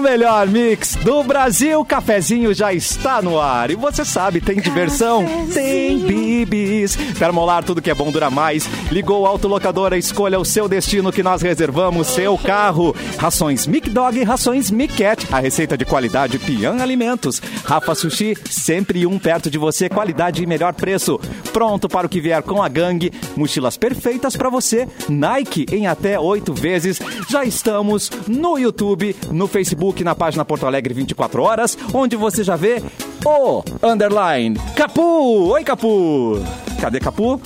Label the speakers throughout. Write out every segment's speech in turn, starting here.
Speaker 1: melhor mix do Brasil. Cafezinho já está no ar. E você sabe, tem diversão, tem bibis. Termolar, tudo que é bom dura mais. Ligou o autolocadora, escolha o seu destino que nós reservamos, seu carro. Rações Mic Dog e rações Mic Cat. A receita de qualidade Pian Alimentos. Rafa Sushi, sempre um perto de você, qualidade e melhor preço. Pronto para o que vier com a gangue. Mochilas perfeitas para você. Nike em até oito vezes. Já estamos no YouTube, no Facebook, na página Porto Alegre 24 horas, onde você já vê o underline Capu. Oi, Capu. Cadê Capu?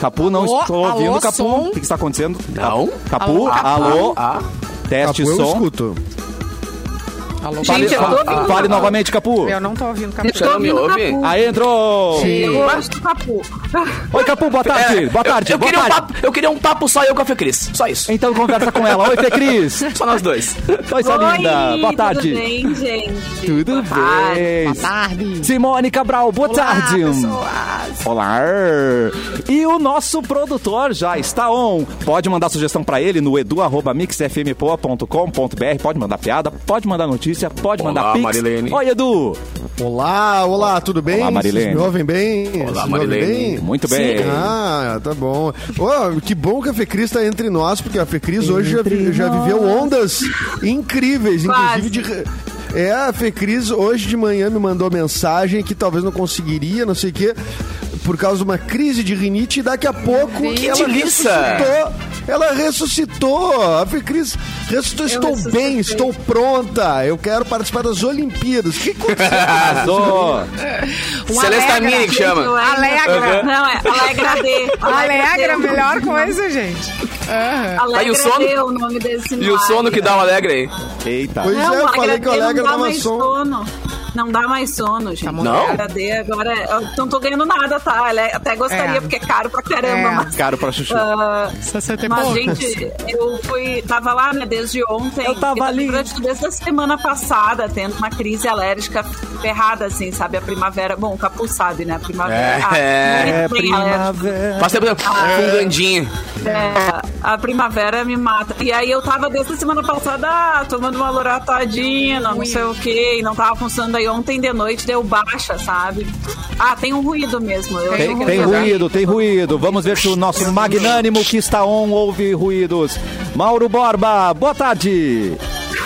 Speaker 1: Capu, não
Speaker 2: Alô?
Speaker 1: estou ouvindo,
Speaker 2: Alô,
Speaker 1: Capu.
Speaker 2: som?
Speaker 1: O que que está acontecendo?
Speaker 3: Não. Ah,
Speaker 1: Capu,
Speaker 2: Alô, Capu.
Speaker 1: alô. Teste
Speaker 3: Capu, eu
Speaker 1: som.
Speaker 3: escuto.
Speaker 2: Alô,
Speaker 1: Fale,
Speaker 4: Gente, eu tô
Speaker 3: Ah,
Speaker 1: fa-
Speaker 4: ouvindo.
Speaker 1: fale novamente, Capu.
Speaker 2: eu não tô ouvindo
Speaker 4: Eu
Speaker 2: capitão.
Speaker 4: tô
Speaker 3: não me
Speaker 4: ouvindo o
Speaker 3: ouve? Ah,
Speaker 4: Capu.
Speaker 1: Aí entrou.
Speaker 4: Eu gosto do Capu.
Speaker 1: Oi, Capu, boa tarde.
Speaker 3: É,
Speaker 1: Ah, boa tarde.
Speaker 3: Eu, eu
Speaker 1: boa
Speaker 3: queria um
Speaker 1: tarde.
Speaker 3: papo, eu queria um papo só eu com a Fê Cris. Só isso.
Speaker 1: Então conversa com ela. Oi, Fê Cris.
Speaker 3: Só nós dois.
Speaker 1: Oi, sua linda.
Speaker 4: Oi,
Speaker 1: Boa tarde.
Speaker 4: Tudo bem, gente?
Speaker 1: Tudo
Speaker 4: Boa tarde.
Speaker 1: bem.
Speaker 2: Boa tarde.
Speaker 1: Simone Cabral, boa tarde.
Speaker 2: pessoas.
Speaker 1: Olá! E o nosso produtor já está on. Pode mandar sugestão para ele no edu.mixfmpoa.com.br. Pode mandar piada, pode mandar notícia, pode
Speaker 3: Olá,
Speaker 1: mandar pix.
Speaker 3: Marilene.
Speaker 1: Oi, Edu!
Speaker 5: Olá, olá, tudo bem?
Speaker 1: Olá, Marilene.
Speaker 5: Vocês me ouvem bem? Vocês me ouvem
Speaker 3: Marilene.
Speaker 5: bem?
Speaker 1: Muito bem.
Speaker 5: Ah, tá bom. Ô, que bom que a Fecris tá entre nós, porque a Fecris hoje já, vi- já viveu ondas incríveis,
Speaker 4: Quase.
Speaker 5: inclusive de. re- É, a Fecris hoje de manhã me mandou mensagem que talvez não conseguiria, não sei o quê, por causa de uma crise de rinite, e daqui a pouco
Speaker 2: Que
Speaker 5: ela
Speaker 3: delícia!
Speaker 5: ressuscitou. Ela ressuscitou. A Fecris ressuscitou. Estou
Speaker 4: ressuscitei.
Speaker 5: bem, estou pronta. Eu quero participar das Olimpíadas. O que aconteceu?
Speaker 1: Arrasou!
Speaker 3: Celestamine que
Speaker 4: Gente, eu
Speaker 3: chama.
Speaker 4: ainda-
Speaker 2: Alegra.
Speaker 4: Não, é Alegra D.
Speaker 2: Alegra,
Speaker 4: D.
Speaker 2: melhor coisa, gente.
Speaker 4: Alegra
Speaker 3: Tá Aí o sono?
Speaker 4: D é o nome desse
Speaker 3: E o sono que dá um alegre aí.
Speaker 1: Eita!
Speaker 5: Pois
Speaker 4: Não,
Speaker 5: é, eu falei
Speaker 4: Alegra
Speaker 5: que o
Speaker 4: D não
Speaker 5: Alegre
Speaker 4: dá
Speaker 5: dava
Speaker 4: mais
Speaker 5: som.
Speaker 4: sono. Não dá mais sono, gente.
Speaker 2: Tá bom.
Speaker 3: Não?
Speaker 4: Alegra D agora... Eu não tô ganhando nada, tá? Ale- Até gostaria,
Speaker 2: É.
Speaker 4: porque é caro pra caramba,
Speaker 2: É.
Speaker 4: mas...
Speaker 1: Caro pra chuchu.
Speaker 4: ah,
Speaker 2: Sessenta e
Speaker 4: Mas,
Speaker 2: poucas.
Speaker 4: gente, eu fui. Tava lá, né, desde ontem.
Speaker 1: Eu tava
Speaker 4: E
Speaker 1: ali.
Speaker 4: Durante, desde a semana passada, tendo uma crise alérgica ferrada, assim, sabe? A primavera. Bom, o Capu sabe, né? A primavera.
Speaker 3: É,
Speaker 4: Ah, ninguém tem alérgico.
Speaker 3: Passa tempo um gandinho.
Speaker 4: É, a primavera me mata. E aí eu tava desde a semana passada ah, tomando uma loratadina, não sei o que, não tava funcionando. Aí ontem de noite deu baixa, sabe? Ah, tem um ruído mesmo. Eu achei
Speaker 1: Tem,
Speaker 4: que
Speaker 1: tem
Speaker 4: era-
Speaker 1: ruído, tem ruído. Vamos ver se o nosso magnânimo que está on ouve ruídos. Mauro Borba, boa tarde.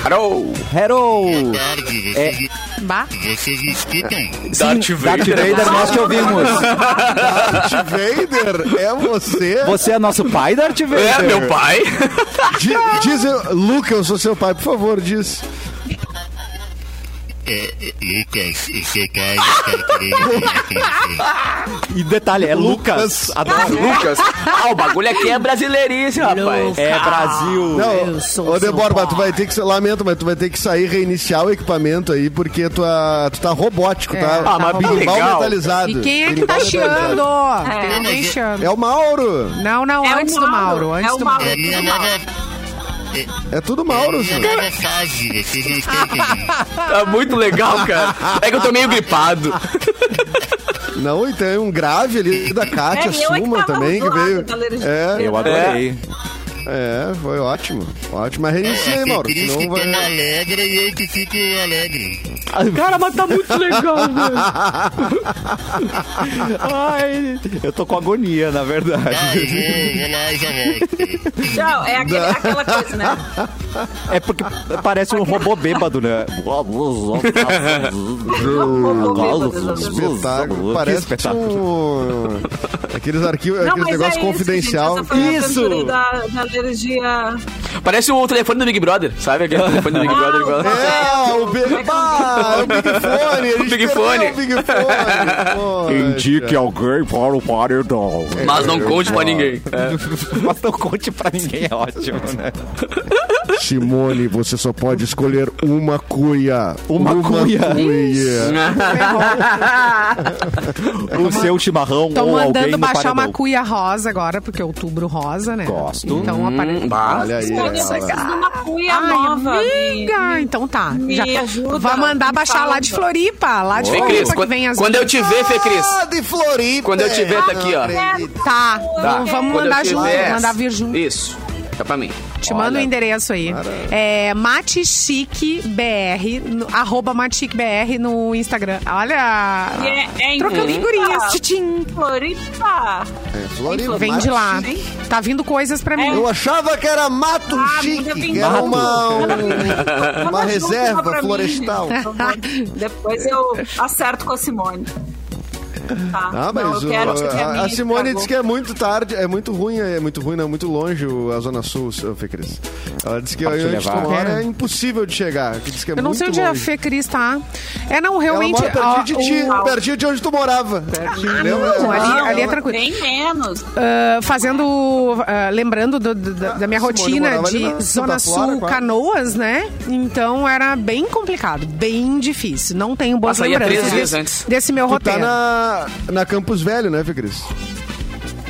Speaker 3: Carol.
Speaker 1: Hello.
Speaker 6: tarde, vocês, me,
Speaker 2: Bah.
Speaker 6: vocês me escutam?
Speaker 3: Darth Vader. né?
Speaker 1: nós te ouvimos.
Speaker 5: Darth Vader, é você?
Speaker 1: Você é nosso pai, Darth Vader?
Speaker 3: É, meu pai.
Speaker 5: Di- Diz, eu, Luca, eu sou seu pai, por favor, diz.
Speaker 6: É, Lucas, o seu pai está querendo falar com você.
Speaker 1: E detalhe, é Lucas. Adoro.
Speaker 3: Lucas. Ah, o bagulho aqui é brasileiríssimo, rapaz.
Speaker 1: É Brasil.
Speaker 5: Não,
Speaker 2: sou
Speaker 5: ô
Speaker 2: seu
Speaker 5: Deborba,
Speaker 2: pai.
Speaker 5: tu vai ter que, ser- lamento, mas tu vai ter que sair, reiniciar o equipamento aí, porque tu, ah, tu tá
Speaker 4: É,
Speaker 5: robótico, tá?
Speaker 2: Ah,
Speaker 3: mas
Speaker 5: Birimbau
Speaker 3: legal.
Speaker 1: Ah,
Speaker 5: metalizado.
Speaker 2: E quem é que tá
Speaker 5: Birimbau
Speaker 2: chiando?
Speaker 5: metalizado.
Speaker 2: Quem tá
Speaker 6: mas-
Speaker 2: chiando?
Speaker 5: É o Mauro!
Speaker 2: Não, não,
Speaker 4: É o
Speaker 2: antes do Mauro.
Speaker 4: Mauro,
Speaker 2: Antes
Speaker 4: é o
Speaker 2: do
Speaker 4: Mauro.
Speaker 2: Mauro.
Speaker 6: É a minha nova...
Speaker 5: É tudo Mauro,
Speaker 6: minha é
Speaker 5: gente.
Speaker 6: nova fase, vocês não estão entendendo.
Speaker 3: Tá muito legal, cara. É que eu tô meio gripado.
Speaker 5: Não, e tem um grave ali da Kátia
Speaker 4: É, eu é que
Speaker 5: Suma
Speaker 4: tava
Speaker 5: também, que
Speaker 4: do lado
Speaker 5: veio.
Speaker 4: da alergia.
Speaker 5: É,
Speaker 1: Eu adorei.
Speaker 5: é, foi ótimo. Ótimo. Mas reinicia aí,
Speaker 6: É
Speaker 5: Mauro.
Speaker 6: Cris que
Speaker 5: senão vai-
Speaker 6: toma alegre e eu que fico alegre.
Speaker 1: É.
Speaker 3: Cara, mas tá muito legal, velho.
Speaker 1: Ai, eu tô com agonia, na
Speaker 6: Ah,
Speaker 1: verdade.
Speaker 6: eu vou, vou lá e já é volto.
Speaker 4: Tchau, é aquele- aquela coisa, né?
Speaker 1: É porque parece um robô bêbado, né?
Speaker 3: Um
Speaker 5: Espetáculo. Parece que tinha um... Aqueles arquivos,
Speaker 4: Não,
Speaker 5: aqueles
Speaker 4: mas
Speaker 5: negócios
Speaker 4: é isso,
Speaker 5: confidencial.
Speaker 4: gente, essa foi a
Speaker 1: Isso!
Speaker 4: aventura Da, da alergia.
Speaker 3: Parece o telefone do Big Brother, sabe? Aquele telefone do Big Brother.
Speaker 4: Ah,
Speaker 3: igual-
Speaker 5: É, o Big, bah, é o Big Fone. a gente
Speaker 3: Big
Speaker 5: perdeu
Speaker 3: Fone.
Speaker 5: O Big Fone. Poxa.
Speaker 1: alguém para o paredão.
Speaker 3: Mas não conte pra ninguém. É.
Speaker 1: Mas não conte pra ninguém, é ótimo, né?
Speaker 5: Simone, você só pode escolher uma cuia.
Speaker 1: Uma cuia.
Speaker 5: cuia.
Speaker 1: O seu chimarrão
Speaker 2: Estão
Speaker 1: ou alguém
Speaker 2: mandando
Speaker 1: no
Speaker 2: baixar uma
Speaker 1: paredão.
Speaker 2: cuia rosa agora, porque é outubro rosa, né?
Speaker 1: Gosto.
Speaker 2: Então apare...
Speaker 3: Hum, Bah.
Speaker 5: Olha aí.
Speaker 4: Olha, eu
Speaker 5: ela.
Speaker 4: preciso de uma cuia
Speaker 2: Ai,
Speaker 4: é nova.
Speaker 2: amiga!
Speaker 4: amiga.
Speaker 2: Então tá.
Speaker 4: me ajuda,
Speaker 2: Vai mandar
Speaker 4: me
Speaker 2: baixar lá
Speaker 4: fala.
Speaker 2: de Floripa. Lá de
Speaker 3: Fê
Speaker 2: Floripa
Speaker 3: Cris,
Speaker 2: que
Speaker 3: quando,
Speaker 2: vem as
Speaker 3: quando eu te ver, Fê Cris.
Speaker 5: Ah, de Floripa. É,
Speaker 3: Quando eu te ver, tá aqui, ó.
Speaker 4: É,
Speaker 5: Não acredito.
Speaker 2: Tá,
Speaker 3: Tá.
Speaker 2: vamos
Speaker 3: Quando eu
Speaker 2: mandar
Speaker 3: te
Speaker 2: junto,
Speaker 3: ver-
Speaker 2: mandar vir junto.
Speaker 3: Isso. Tá pra mim.
Speaker 2: Te manda o
Speaker 1: Olha,
Speaker 2: endereço aí. É matechiquebr, no- arroba matechiquebr no Instagram. Olha!
Speaker 4: E é em
Speaker 2: Trocando
Speaker 4: Floripa.
Speaker 2: figurinhas, tchim.
Speaker 4: Floripa.
Speaker 5: É, Floripa,
Speaker 2: Vem de lá.
Speaker 5: Mato Chique.
Speaker 2: Tá vindo coisas pra
Speaker 4: É.
Speaker 2: mim.
Speaker 5: Eu achava que era Mato
Speaker 4: Ah, manda
Speaker 5: Chique,
Speaker 4: vem
Speaker 5: que era
Speaker 4: junto.
Speaker 5: uma, um-
Speaker 4: Manda vem junto. Manda
Speaker 5: uma
Speaker 4: junto lá pra
Speaker 5: reserva
Speaker 4: mim.
Speaker 5: florestal.
Speaker 4: Depois eu acerto com a Simone. Tá.
Speaker 5: Ah, mas
Speaker 4: Não, eu
Speaker 5: o-
Speaker 4: quero que
Speaker 5: a,
Speaker 4: minha
Speaker 5: a Simone
Speaker 4: estragou.
Speaker 5: disse que é muito tarde, é muito ruim, é muito ruim, não, é muito longe o- a Zona Sul, seu Fê Cris. Ela disse que
Speaker 1: Pode te
Speaker 5: antes de
Speaker 1: levar.
Speaker 5: uma hora é impossível de chegar. Que diz que é
Speaker 2: Eu não sei
Speaker 5: muito
Speaker 2: onde a
Speaker 5: longe.
Speaker 2: Fê Cris tá. É, não,
Speaker 5: Ela
Speaker 2: realmente.
Speaker 5: mora
Speaker 2: ó,
Speaker 5: pertinho de ti,
Speaker 2: o-
Speaker 5: pertinho de onde tu morava. Lembra? Ah, tá
Speaker 2: não, ali-
Speaker 4: Não,
Speaker 2: ali é tranquilo.
Speaker 4: Nem menos.
Speaker 2: Ah, fazendo. ah, lembrando do- do- da, da minha
Speaker 5: Ah, Simone
Speaker 2: rotina
Speaker 5: morava ali
Speaker 2: de
Speaker 5: na
Speaker 2: Zona
Speaker 5: Santa Flora,
Speaker 2: Sul,
Speaker 5: quase.
Speaker 2: canoas, né? Então era bem complicado, bem difícil. Não tenho boas
Speaker 3: Mas aí é três
Speaker 2: lembranças
Speaker 3: vezes
Speaker 2: desse,
Speaker 3: antes.
Speaker 2: desse meu
Speaker 5: Tu tá
Speaker 2: roteiro.
Speaker 5: na, na Campus Velho, né, Fê Cris?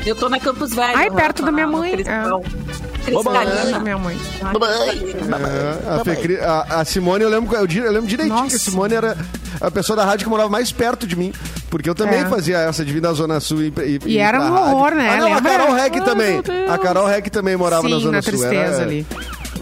Speaker 4: Eu tô na Campus Velho.
Speaker 2: Ai,
Speaker 4: agora,
Speaker 2: perto
Speaker 4: tô
Speaker 2: da
Speaker 4: na-
Speaker 2: minha
Speaker 4: no
Speaker 2: mãe.
Speaker 4: Cristão.
Speaker 2: Da
Speaker 4: Cristalina.
Speaker 2: Minha mãe.
Speaker 5: É, a, Fê Cris- a- a Simone, eu lembro, eu, di- eu lembro direitinho
Speaker 2: Nossa.
Speaker 5: que a Simone era a pessoa da rádio que morava mais perto de mim. Porque eu também
Speaker 2: É.
Speaker 5: fazia essa de vir da Zona Sul e,
Speaker 2: E
Speaker 5: ir
Speaker 2: era
Speaker 5: pra
Speaker 2: um
Speaker 5: rádio.
Speaker 2: horror, né?
Speaker 5: Ah, não, a
Speaker 2: Lembra?
Speaker 5: Carol Reck
Speaker 2: Ai,
Speaker 5: também.
Speaker 2: meu Deus.
Speaker 5: A Carol Reck também morava na
Speaker 2: Sim,
Speaker 5: Zona
Speaker 2: na
Speaker 5: Sul.
Speaker 2: tristeza
Speaker 5: era-
Speaker 2: ali.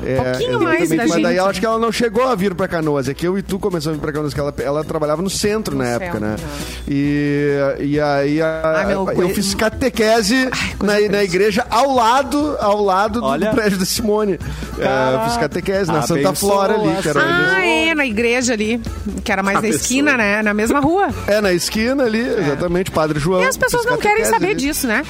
Speaker 5: É,
Speaker 2: Pouquinho
Speaker 5: exatamente,
Speaker 2: mais da
Speaker 5: mas daí
Speaker 2: gente.
Speaker 5: eu acho que ela não chegou a vir pra Canoas. É que eu e tu começamos a vir pra Canoas, que ela, ela trabalhava no centro na época,
Speaker 2: centro,
Speaker 5: né?
Speaker 2: né?
Speaker 5: E, e aí a-
Speaker 2: Ah, meu,
Speaker 5: eu
Speaker 2: coi-
Speaker 5: fiz catequese
Speaker 2: coisa
Speaker 5: na, na
Speaker 2: triste.
Speaker 5: igreja ao lado, ao lado do,
Speaker 1: Olha. Ah,
Speaker 5: do prédio da Simone. É, eu fiz catequese na
Speaker 1: Abençoa
Speaker 5: Santa Flora ali, que era
Speaker 2: Ah, é, na igreja ali, que era mais na esquina, né? Na mesma rua.
Speaker 5: é, na esquina ali, exatamente, Padre João.
Speaker 2: E as pessoas
Speaker 5: fiz
Speaker 2: não querem
Speaker 5: catequese
Speaker 2: saber
Speaker 5: ali.
Speaker 2: disso, né?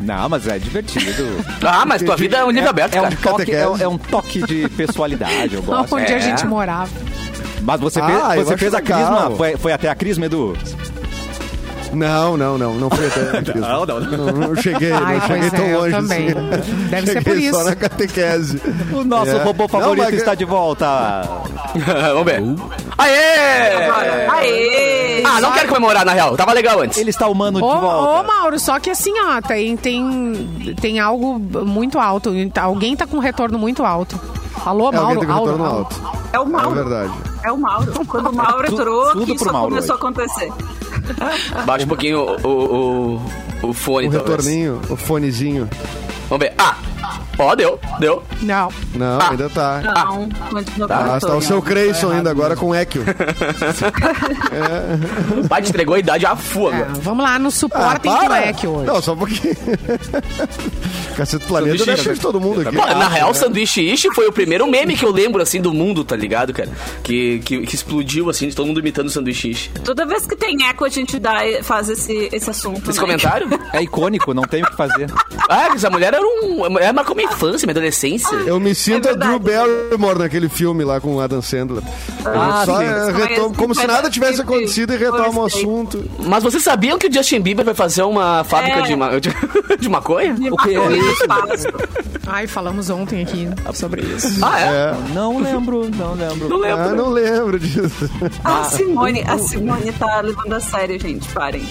Speaker 1: Não, mas é divertido.
Speaker 3: Ah, mas tua vida é um livro aberto,
Speaker 1: É um
Speaker 3: cara.
Speaker 1: toque, é, um-
Speaker 5: Catequese.
Speaker 1: é um toque de pessoalidade, eu gosto.
Speaker 2: Onde
Speaker 1: É.
Speaker 2: a gente morava.
Speaker 1: Mas você
Speaker 5: Ah,
Speaker 1: fez,
Speaker 5: eu
Speaker 1: você
Speaker 5: acho
Speaker 1: fez a
Speaker 5: legal.
Speaker 1: crisma? Foi, foi até a crisma, Edu?
Speaker 5: Não, não, não, não foi até a crisma.
Speaker 1: Não, não, não.
Speaker 5: Não, não cheguei,
Speaker 2: Ai,
Speaker 5: não cheguei
Speaker 2: pois
Speaker 5: tão
Speaker 2: é, eu
Speaker 5: longe
Speaker 2: também.
Speaker 5: assim.
Speaker 2: Deve ser por
Speaker 5: Cheguei só
Speaker 2: isso.
Speaker 5: na catequese.
Speaker 1: O nosso
Speaker 5: É.
Speaker 1: robô
Speaker 5: Não,
Speaker 1: favorito
Speaker 5: mas-
Speaker 1: está de volta.
Speaker 3: Vamos ver.
Speaker 2: Uh.
Speaker 5: É.
Speaker 3: Aê!
Speaker 4: Aê!
Speaker 3: Ah, não quero comemorar, na real. Tava legal antes.
Speaker 1: Ele está humano de
Speaker 2: Ô, ô,
Speaker 1: volta.
Speaker 2: Mauro, só que assim, ó, tem, tem, tem algo muito alto. Alguém tá com retorno muito alto. Alô,
Speaker 5: É, alguém
Speaker 2: Mauro?
Speaker 5: tem que
Speaker 2: Aldo,
Speaker 5: retorno
Speaker 2: Aldo.
Speaker 5: alto.
Speaker 4: É o
Speaker 5: É
Speaker 4: Mauro.
Speaker 5: verdade.
Speaker 4: É o Mauro. Quando o Mauro
Speaker 1: Tu-
Speaker 4: entrou,
Speaker 1: tudo
Speaker 4: que
Speaker 1: pro
Speaker 4: isso
Speaker 1: Mauro
Speaker 4: começou a acontecer.
Speaker 3: Baixa um pouquinho o, o, o, o fone,
Speaker 5: O
Speaker 1: Então,
Speaker 3: talvez.
Speaker 5: retorninho, o fonezinho.
Speaker 3: Vamos ver. Ah! Ó, deu, deu.
Speaker 2: Não.
Speaker 5: Não,
Speaker 3: Ah.
Speaker 5: ainda tá.
Speaker 4: Não, Então, continua
Speaker 5: Ah, tá o seu Creyson ainda agora com Equio.
Speaker 3: O pai te entregou a idade à fuga.
Speaker 2: É, vamos lá no suporte ah, Leque hoje.
Speaker 5: Não, só um pouquinho. Cacete do Planeta
Speaker 3: Sanduíche,
Speaker 5: deve ser de todo mundo aqui.
Speaker 3: Pô, na real,
Speaker 2: né?
Speaker 3: o sanduíche ishi foi o primeiro meme que eu lembro, assim, do mundo, tá ligado, cara? Que, que, que explodiu, assim, de todo mundo imitando o sanduíche ishi.
Speaker 4: Toda vez que tem eco, a gente dá, faz esse, esse assunto.
Speaker 3: Vocês
Speaker 4: né?
Speaker 3: comentaram?
Speaker 1: É icônico, não tem o que fazer.
Speaker 3: Ah, essa mulher era um... Ela marcou minha infância, minha adolescência.
Speaker 5: Eu me sinto
Speaker 4: É
Speaker 5: a Drew
Speaker 4: verdade.
Speaker 5: Barrymore naquele filme lá com o Adam Sandler.
Speaker 1: Ah,
Speaker 5: Eu só
Speaker 1: sim.
Speaker 5: eh, retomo,
Speaker 4: Parece-
Speaker 5: como se nada
Speaker 4: parece
Speaker 5: tivesse
Speaker 4: que
Speaker 5: acontecido e retoma o
Speaker 4: foi
Speaker 5: assunto.
Speaker 3: Mas vocês sabiam que o Justin Bieber vai fazer uma fábrica
Speaker 4: É.
Speaker 3: de, ma... de... de maconha?
Speaker 4: Me
Speaker 1: O que é
Speaker 4: matou no
Speaker 1: isso?
Speaker 4: espaço.
Speaker 2: Ai, falamos ontem aqui.
Speaker 1: Sobre isso.
Speaker 3: Ah, é?
Speaker 5: É.
Speaker 1: Não lembro, não lembro.
Speaker 3: Não lembro.
Speaker 5: Ah, não lembro disso.
Speaker 4: Ah,
Speaker 5: Ah.
Speaker 4: A Simone, a Simone tá levando a sério, gente. Parem.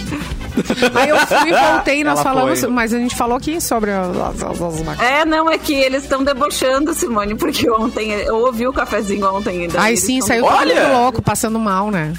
Speaker 2: Aí eu fui e voltei, nós
Speaker 1: Ela
Speaker 2: falamos,
Speaker 1: foi.
Speaker 2: mas a gente falou aqui sobre as, as, as, as macaco-
Speaker 4: É, não, é que eles estão debochando, Simone, porque ontem, eu ouvi o cafezinho ontem. e daí
Speaker 2: Ai,
Speaker 4: eles
Speaker 2: sim,
Speaker 4: tão-
Speaker 2: saiu todo
Speaker 3: Olha!
Speaker 2: mundo louco, passando mal, né?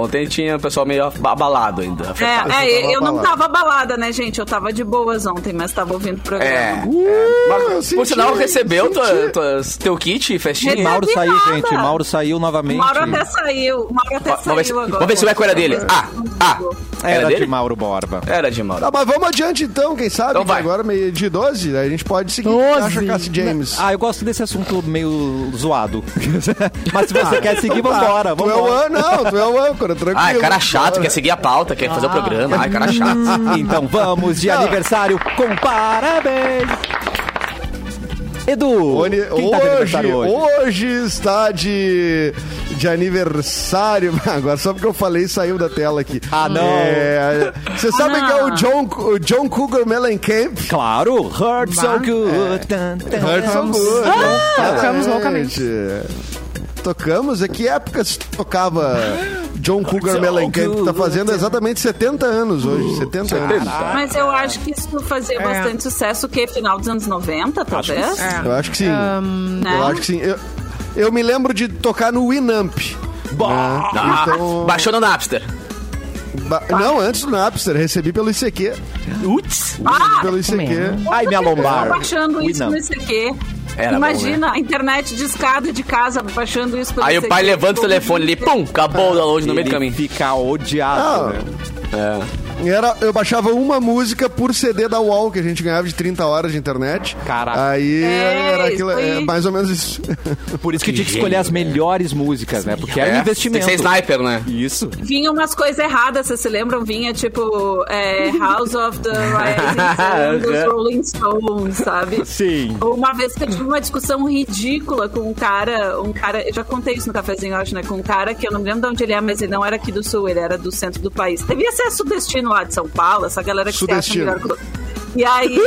Speaker 3: Ontem tinha o pessoal meio abalado ainda. afetado.
Speaker 4: É,
Speaker 5: Eu
Speaker 4: é, eu
Speaker 5: tava
Speaker 4: não
Speaker 5: abalado.
Speaker 4: tava abalada, né, gente? Eu tava de boas ontem, mas tava ouvindo o programa.
Speaker 3: É.
Speaker 5: Uh, eu
Speaker 3: Mas, por
Speaker 5: senti,
Speaker 3: sinal,
Speaker 5: eu
Speaker 3: recebeu tua-
Speaker 5: senti.
Speaker 3: tuas- teu kit e festinha?
Speaker 4: Recebi.
Speaker 1: Mauro
Speaker 4: Não
Speaker 1: saiu,
Speaker 4: nada.
Speaker 1: gente. Mauro saiu
Speaker 4: O
Speaker 1: novamente.
Speaker 4: Mauro é até saiu. O Mauro até
Speaker 3: Ó,
Speaker 4: saiu
Speaker 3: Vamos ver, se,
Speaker 4: agora.
Speaker 3: vamos ver se o eco era dele. Ah, ah. Era,
Speaker 1: Era de
Speaker 3: dele?
Speaker 1: Mauro Borba.
Speaker 3: Era de Mauro.
Speaker 5: Tá, mas vamos adiante então, quem sabe?
Speaker 3: Então
Speaker 5: que
Speaker 3: vai.
Speaker 5: Agora meio de 12, aí a gente pode seguir. Acha Cassie James.
Speaker 1: Ah, eu gosto desse assunto meio zoado. Mas se você quer seguir, vambora.
Speaker 5: Tu é o
Speaker 1: vambora.
Speaker 5: âncora, não, tu é o âncora, tranquilo.
Speaker 3: Ai, Ah, cara chato, quer seguir a pauta, quer fazer o programa. Ai, cara chato.
Speaker 1: Então vamos de
Speaker 5: Não.
Speaker 1: aniversário com parabéns. Edu,
Speaker 5: Oni-
Speaker 1: quem tá de
Speaker 5: hoje,
Speaker 1: aniversário hoje?
Speaker 5: hoje está de, de aniversário. Agora, só porque eu falei, saiu da tela aqui.
Speaker 1: Ah, não.
Speaker 5: É, Você sabe
Speaker 2: Ah.
Speaker 4: não.
Speaker 5: que é o John, o John Cougar Mellencamp?
Speaker 1: Claro, Hurt So
Speaker 2: Bah.
Speaker 1: Good. Tan, tan.
Speaker 5: Hurt So Good.
Speaker 2: Ah, Tocamos
Speaker 5: Exatamente.
Speaker 2: loucamente.
Speaker 5: Tocamos? É que época se tocava John Cougar
Speaker 1: So
Speaker 5: Mellencamp? que Tá
Speaker 1: Good.
Speaker 5: fazendo exatamente 70 anos hoje.
Speaker 1: Uhum.
Speaker 5: 70 anos.
Speaker 4: Mas eu acho que isso fazia bastante sucesso, o quê? Final dos anos 90, talvez?
Speaker 2: É.
Speaker 5: Eu acho que sim. Eu
Speaker 4: Né?
Speaker 5: acho que sim. Eu, eu me lembro de tocar no Winamp.
Speaker 1: Bah.
Speaker 5: né?
Speaker 3: Ah,
Speaker 5: Então-
Speaker 3: Baixou no Napster.
Speaker 5: Ba-
Speaker 2: Tá.
Speaker 5: Não, antes do Napster, recebi pelo ICQ.
Speaker 1: Uts!
Speaker 5: Recebi
Speaker 4: Ah,
Speaker 5: pelo
Speaker 2: comendo.
Speaker 5: ICQ.
Speaker 3: né?
Speaker 1: Ai, minha lombar.
Speaker 4: Eu baixando
Speaker 1: Ui,
Speaker 4: isso
Speaker 1: não.
Speaker 4: no ICQ.
Speaker 3: Era bom,
Speaker 4: Imagina, a internet de escada de casa, baixando isso pelo
Speaker 3: Aí
Speaker 4: ICQ.
Speaker 3: o pai levanta o telefone ali, pum, acabou o download no meio do
Speaker 1: Ele
Speaker 3: caminho. É.
Speaker 1: fica odiado,
Speaker 5: Ah,
Speaker 1: né?
Speaker 5: Era, eu baixava uma música por CD da UOL, que a gente ganhava de 30 horas de internet.
Speaker 1: Caraca.
Speaker 5: Aí
Speaker 4: É,
Speaker 5: era aquilo,
Speaker 4: isso aí.
Speaker 5: é mais ou menos isso.
Speaker 1: Por isso que,
Speaker 3: Que
Speaker 1: tinha que
Speaker 3: gênio,
Speaker 1: escolher as
Speaker 3: né?
Speaker 1: melhores músicas, né? Porque é, um
Speaker 3: É,
Speaker 1: investimento.
Speaker 3: Tem que ser sniper, né?
Speaker 1: Isso.
Speaker 4: Vinha umas coisas erradas, vocês se lembram? Vinha tipo é, House of the Rising Sun dos Rolling Stones, sabe?
Speaker 1: Sim.
Speaker 4: Uma vez que eu tive uma discussão ridícula com um cara, um cara, eu já contei isso no cafezinho, eu acho, né? Com um cara que eu não me lembro de onde ele é, mas ele não era aqui do sul, ele era do centro do país. Devia ser sudestino lá de São Paulo, essa galera que
Speaker 5: Sudestino.
Speaker 4: se acha melhor. que o outro. E aí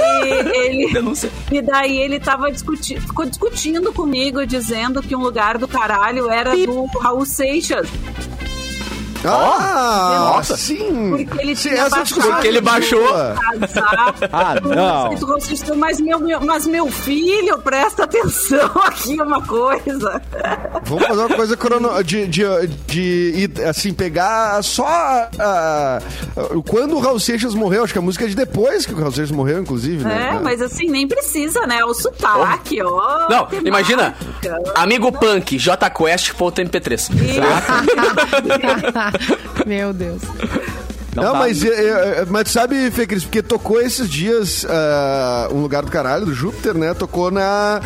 Speaker 4: ele.
Speaker 3: Denúncia.
Speaker 4: E daí ele tava discutindo, ficou discutindo comigo, dizendo que um lugar do caralho era do Raul Seixas.
Speaker 5: Ah,
Speaker 3: nossa.
Speaker 5: sim.
Speaker 4: Porque ele
Speaker 5: Sim,
Speaker 4: tinha
Speaker 5: essa discussão
Speaker 4: baixado
Speaker 3: Porque ele
Speaker 5: é
Speaker 3: baixou.
Speaker 5: boa.
Speaker 4: casar.
Speaker 1: Ah,
Speaker 4: Por
Speaker 1: não.
Speaker 4: isso que tu consiste- Mas meu, meu- mas meu filho, presta atenção aqui uma coisa.
Speaker 5: Vamos fazer uma coisa crono... de, de, de ir, assim, pegar só ah, quando o Raul Seixas morreu, acho que a música é de depois que o Raul Seixas morreu, inclusive, né?
Speaker 4: É, mas assim, nem precisa, né? O sotaque, ó.
Speaker 3: Não,
Speaker 4: temática.
Speaker 3: imagina.
Speaker 2: né?
Speaker 3: Amigo Punk, jquest.mp3.
Speaker 2: Meu Deus.
Speaker 5: Não,
Speaker 1: dá.
Speaker 5: mas, é, é, é, mas tu sabe, Fê Cris, porque tocou esses dias ah, um lugar do caralho, do Júpiter, né? Tocou na.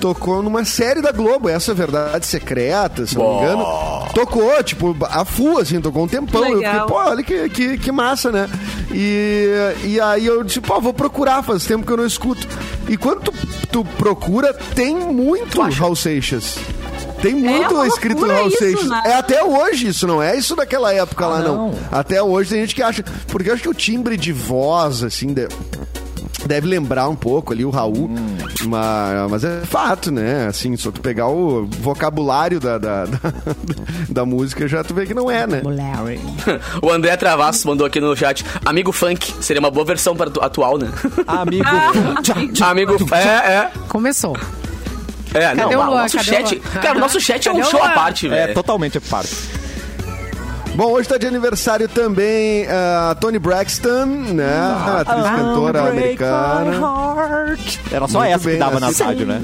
Speaker 5: Tocou numa série da Globo, essa é a verdade secreta, se não me engano. Tocou, tipo, a full, assim, tocou um tempão. Eu
Speaker 4: Legal.
Speaker 5: fiquei, pô, olha que, que, que massa, né? E, e aí eu disse, pô, vou procurar, faz tempo que eu não escuto. E quando tu, tu procura, tem muito Raul Seixas. Tem muito
Speaker 4: É uma
Speaker 5: escrito
Speaker 4: loucura
Speaker 5: Raul
Speaker 4: isso,
Speaker 5: Seixas.
Speaker 4: né? Ah,
Speaker 5: É até hoje isso, não é isso daquela época lá, não. Até hoje tem gente que acha. Porque eu acho que o timbre de voz, assim, de- deve lembrar um pouco ali o Raul.
Speaker 4: Hum.
Speaker 5: Mas, mas é fato, né? Assim, se tu pegar o vocabulário da, da, da, da música, já tu vê que não é, né?
Speaker 2: Larry.
Speaker 3: O André Travassos mandou aqui no chat. Amigo Funk, seria uma boa versão para tu- atual, né?
Speaker 1: Amigo.
Speaker 4: Ah,
Speaker 1: Tchau.
Speaker 3: Amigo. É,
Speaker 2: Começou.
Speaker 3: é. É, não,
Speaker 2: o
Speaker 3: o
Speaker 2: Luan?
Speaker 3: nosso
Speaker 2: Cadê o
Speaker 3: chat.
Speaker 2: Luan?
Speaker 3: Cara, o nosso chat é um
Speaker 2: Cadê o
Speaker 3: show à
Speaker 2: Luan?
Speaker 3: parte,
Speaker 1: É,
Speaker 3: velho.
Speaker 1: totalmente parte.
Speaker 5: Bom, hoje tá de aniversário também a Tony Braxton, né?
Speaker 4: Ah,
Speaker 5: A atriz cantora americana.
Speaker 1: Era só
Speaker 5: Muito
Speaker 1: essa que
Speaker 5: bem,
Speaker 1: dava na
Speaker 5: assim.
Speaker 1: rádio, né?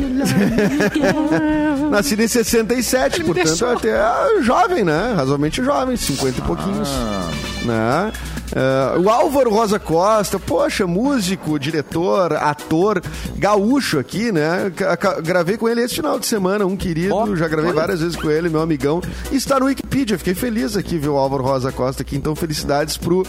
Speaker 5: Nascida em 67, portanto, é até jovem, né? Razoavelmente jovem, 50 e pouquinhos.
Speaker 1: Ah.
Speaker 5: Né? Eh, o Álvaro Rosa Costa, poxa, músico, diretor, ator, gaúcho aqui, né? Ca- ca- Gravei com ele esse final de semana, um querido,
Speaker 1: Ó,
Speaker 5: já gravei várias vezes com ele, meu amigão. E Está no Wikipedia, fiquei feliz aqui ver o Álvaro Rosa Costa aqui, então felicidades pro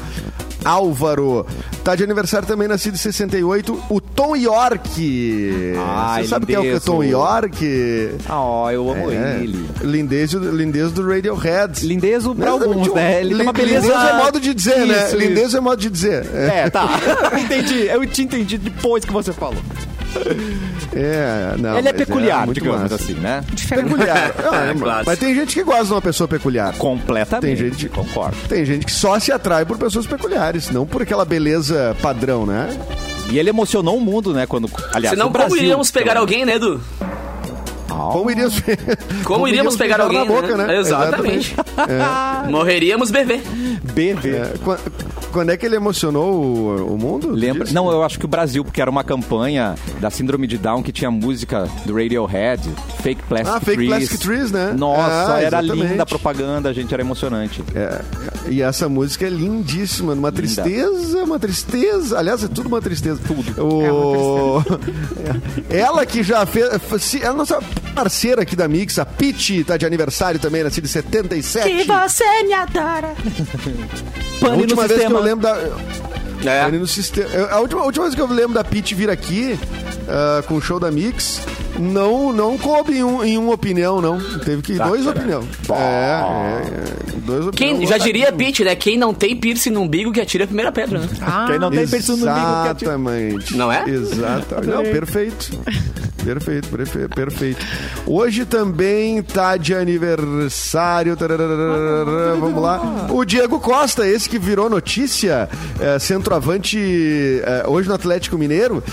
Speaker 5: Álvaro. Tá de aniversário também, nascido em 68, o Tom York.
Speaker 1: Ah,
Speaker 5: Você sabe quem é o
Speaker 1: lindeza.
Speaker 5: Tom York?
Speaker 1: Ah, ó, eu amo
Speaker 5: É.
Speaker 1: ele.
Speaker 5: Lindezo, lindezo do Radiohead.
Speaker 1: Lindezo pra
Speaker 5: Não,
Speaker 1: alguns,
Speaker 5: tipo,
Speaker 1: né? Ele tem uma
Speaker 5: lin-
Speaker 1: beleza...
Speaker 5: Lindezo é modo de dizer, né?
Speaker 1: Isso,
Speaker 5: lindezo é modo de dizer. É.
Speaker 1: É, tá. Eu entendi. Eu te entendi depois que você falou.
Speaker 5: É, não,
Speaker 1: ele é
Speaker 5: mas
Speaker 1: peculiar,
Speaker 5: muito
Speaker 1: digamos
Speaker 5: massa.
Speaker 1: assim, né?
Speaker 2: Diferente.
Speaker 5: Peculiar. Ah,
Speaker 3: É, claro.
Speaker 5: Mas tem gente que gosta de uma pessoa peculiar.
Speaker 1: Completamente.
Speaker 5: Tem gente-
Speaker 1: Concordo.
Speaker 5: Tem gente que só se atrai por pessoas peculiares, não por aquela beleza padrão, né?
Speaker 1: E ele emocionou o mundo, né? Quando, aliás,
Speaker 3: Senão,
Speaker 1: o
Speaker 3: como
Speaker 1: Brasil, então,
Speaker 3: iríamos pegar alguém, né, Edu?
Speaker 5: Como iríamos,
Speaker 3: Como iríamos pegar
Speaker 5: beijar
Speaker 3: alguém?
Speaker 5: na boca, né?
Speaker 3: Exatamente. Morreríamos bebê.
Speaker 1: BV.
Speaker 5: É, quan- quando, é que ele emocionou o, o mundo? Tu
Speaker 1: Lembra?
Speaker 5: disse?
Speaker 1: Não, eu acho que o Brasil, porque era uma campanha da Síndrome de Down que tinha música do Radiohead, Fake Plastic
Speaker 5: Ah, Fake
Speaker 1: Trees.
Speaker 5: Plastic Trees, né?
Speaker 1: Nossa,
Speaker 5: Ah,
Speaker 1: era
Speaker 5: exatamente.
Speaker 1: linda a propaganda, gente, era emocionante.
Speaker 5: É, e essa música é lindíssima, uma tristeza, uma tristeza. Aliás, é tudo uma tristeza. Tudo.
Speaker 2: É
Speaker 5: Ela que já fez. se- A nossa parceira aqui da Mix, a Pete, tá de aniversário também, nascida em 77.
Speaker 2: Que você me adora.
Speaker 5: a
Speaker 1: Pane no
Speaker 5: última vez
Speaker 1: sistema.
Speaker 5: que eu lembro da.
Speaker 3: É.
Speaker 5: Ele no sistema. eu- A última, a última vez que eu lembro da Pete vir aqui ah, com o show da Mix, não, não coube em, um, em uma opinião, não. Teve que ir dois opinião. É, é, é, dois
Speaker 3: Tá. Quem,
Speaker 5: opinião.
Speaker 3: já diria Pete, né? Quem não tem piercing no umbigo que atira a primeira pedra, né?
Speaker 1: Quem não tem pensado no umbigo que é tipo, atira.
Speaker 5: Exatamente.
Speaker 3: Não é?
Speaker 5: Exatamente. Não, perfeito. Perfeito, perfe- perfeito. Hoje também tá de aniversário. tararara, Vamos lá. O Diego Costa, esse que virou notícia, é, centroavante é, hoje no Atlético Mineiro.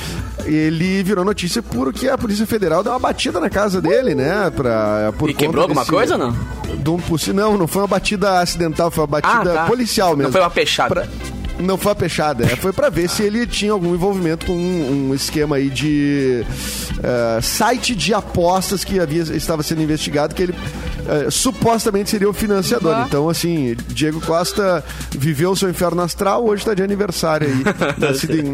Speaker 5: Ele virou notícia porque a Polícia Federal deu uma batida na casa dele, né? Pra, por
Speaker 3: E quebrou
Speaker 5: conta
Speaker 3: alguma coisa ou não?
Speaker 5: de um possi- não, não foi uma batida acidental, foi uma batida
Speaker 3: Ah, tá.
Speaker 5: policial
Speaker 3: Não
Speaker 5: mesmo.
Speaker 3: foi uma peixada.
Speaker 5: Não foi uma peixada, é, foi pra ver se ele tinha algum envolvimento com um, um esquema aí de eh, site de apostas que havia, estava sendo investigado, que ele eh, supostamente seria o financiador. Então, assim, Diego Costa viveu o seu inferno astral, hoje tá de aniversário aí, nascido em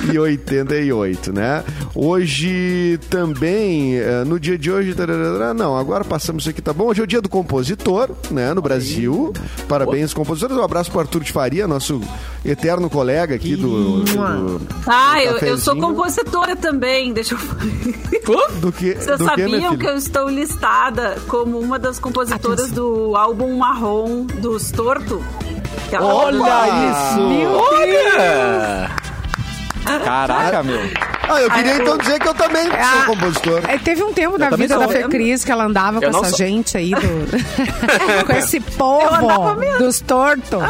Speaker 5: 1988, né? Hoje também, eh, no dia de hoje, tararara, não, agora passamos isso aqui, tá bom? Hoje é o dia do compositor, né, no Brasil. Parabéns, compositores. Um abraço pro Arthur de Faria, nosso eterno colega aqui do. do,
Speaker 4: Ah,
Speaker 5: do
Speaker 4: eu, eu sou
Speaker 5: cafezinho.
Speaker 4: compositora também, deixa eu
Speaker 5: Do que,
Speaker 4: Vocês
Speaker 5: do que, né,
Speaker 4: sabiam
Speaker 5: minha
Speaker 4: que,
Speaker 5: filha?
Speaker 4: eu estou listada como uma das compositoras do álbum marrom dos Torto? Que é ela-
Speaker 1: Olha isso!
Speaker 3: Olha!
Speaker 1: Caraca, meu.
Speaker 5: Ah, eu queria então dizer que eu também
Speaker 2: Ah,
Speaker 5: sou compositor.
Speaker 2: É, teve um tempo da
Speaker 3: também
Speaker 2: vida
Speaker 3: sou.
Speaker 2: da Fecris que ela andava com
Speaker 3: Eu não
Speaker 2: essa
Speaker 3: sou.
Speaker 2: gente aí, do... com esse povo
Speaker 4: andava mesmo.
Speaker 2: dos tortos.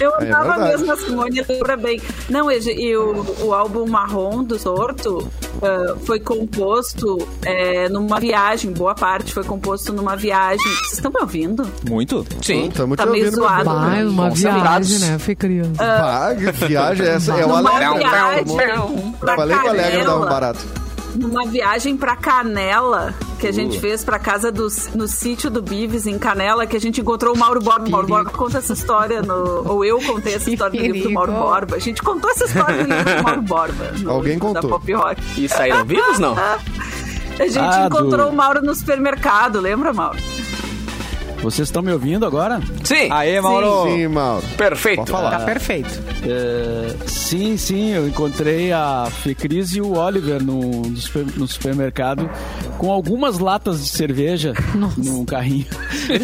Speaker 4: Eu andava
Speaker 5: É verdade.
Speaker 4: mesmo, a Simone lembra bem. Não, e, e o, o álbum marrom do Sorto ah, foi composto eh, numa viagem, boa parte foi composto numa viagem. Vocês estão me ouvindo?
Speaker 1: Muito?
Speaker 3: Sim.
Speaker 5: Tá muito
Speaker 4: tá meio
Speaker 5: ouvindo, meu
Speaker 4: zoado,
Speaker 5: Deus.
Speaker 4: né?
Speaker 2: Ai, uma
Speaker 3: Bom,
Speaker 2: viagem,
Speaker 3: saudades.
Speaker 2: né? Fecris.
Speaker 5: Bah, que viagem é essa? É o
Speaker 4: numa
Speaker 5: Alegre. né?
Speaker 4: viagem pra
Speaker 5: Falei com o Alegre que dava um
Speaker 4: Canela.
Speaker 5: barato.
Speaker 4: numa viagem pra Canela que a gente fez pra casa do, no sítio do Bives em Canela que a gente encontrou o Mauro Borba. O Mauro Borba conta essa história no ou eu contei essa história no livro do Mauro
Speaker 2: perigo.
Speaker 4: Borba. A gente contou essa história no livro do Mauro Borba. no-
Speaker 5: Alguém
Speaker 4: Da
Speaker 5: contou.
Speaker 4: Pop Rock.
Speaker 3: E saíram vivos, não?
Speaker 4: A gente
Speaker 7: Ah,
Speaker 4: encontrou
Speaker 7: do-
Speaker 4: o Mauro no supermercado, lembra, Mauro?
Speaker 7: Vocês estão me ouvindo agora?
Speaker 3: Sim.
Speaker 1: Aê, Mauro!
Speaker 5: Sim, Mauro.
Speaker 3: Perfeito.
Speaker 5: Ah, é? Pode falar.
Speaker 2: Tá perfeito.
Speaker 7: É, sim, sim, eu encontrei a Fecris e o Oliver no, no super- no supermercado com algumas latas de cerveja num carrinho.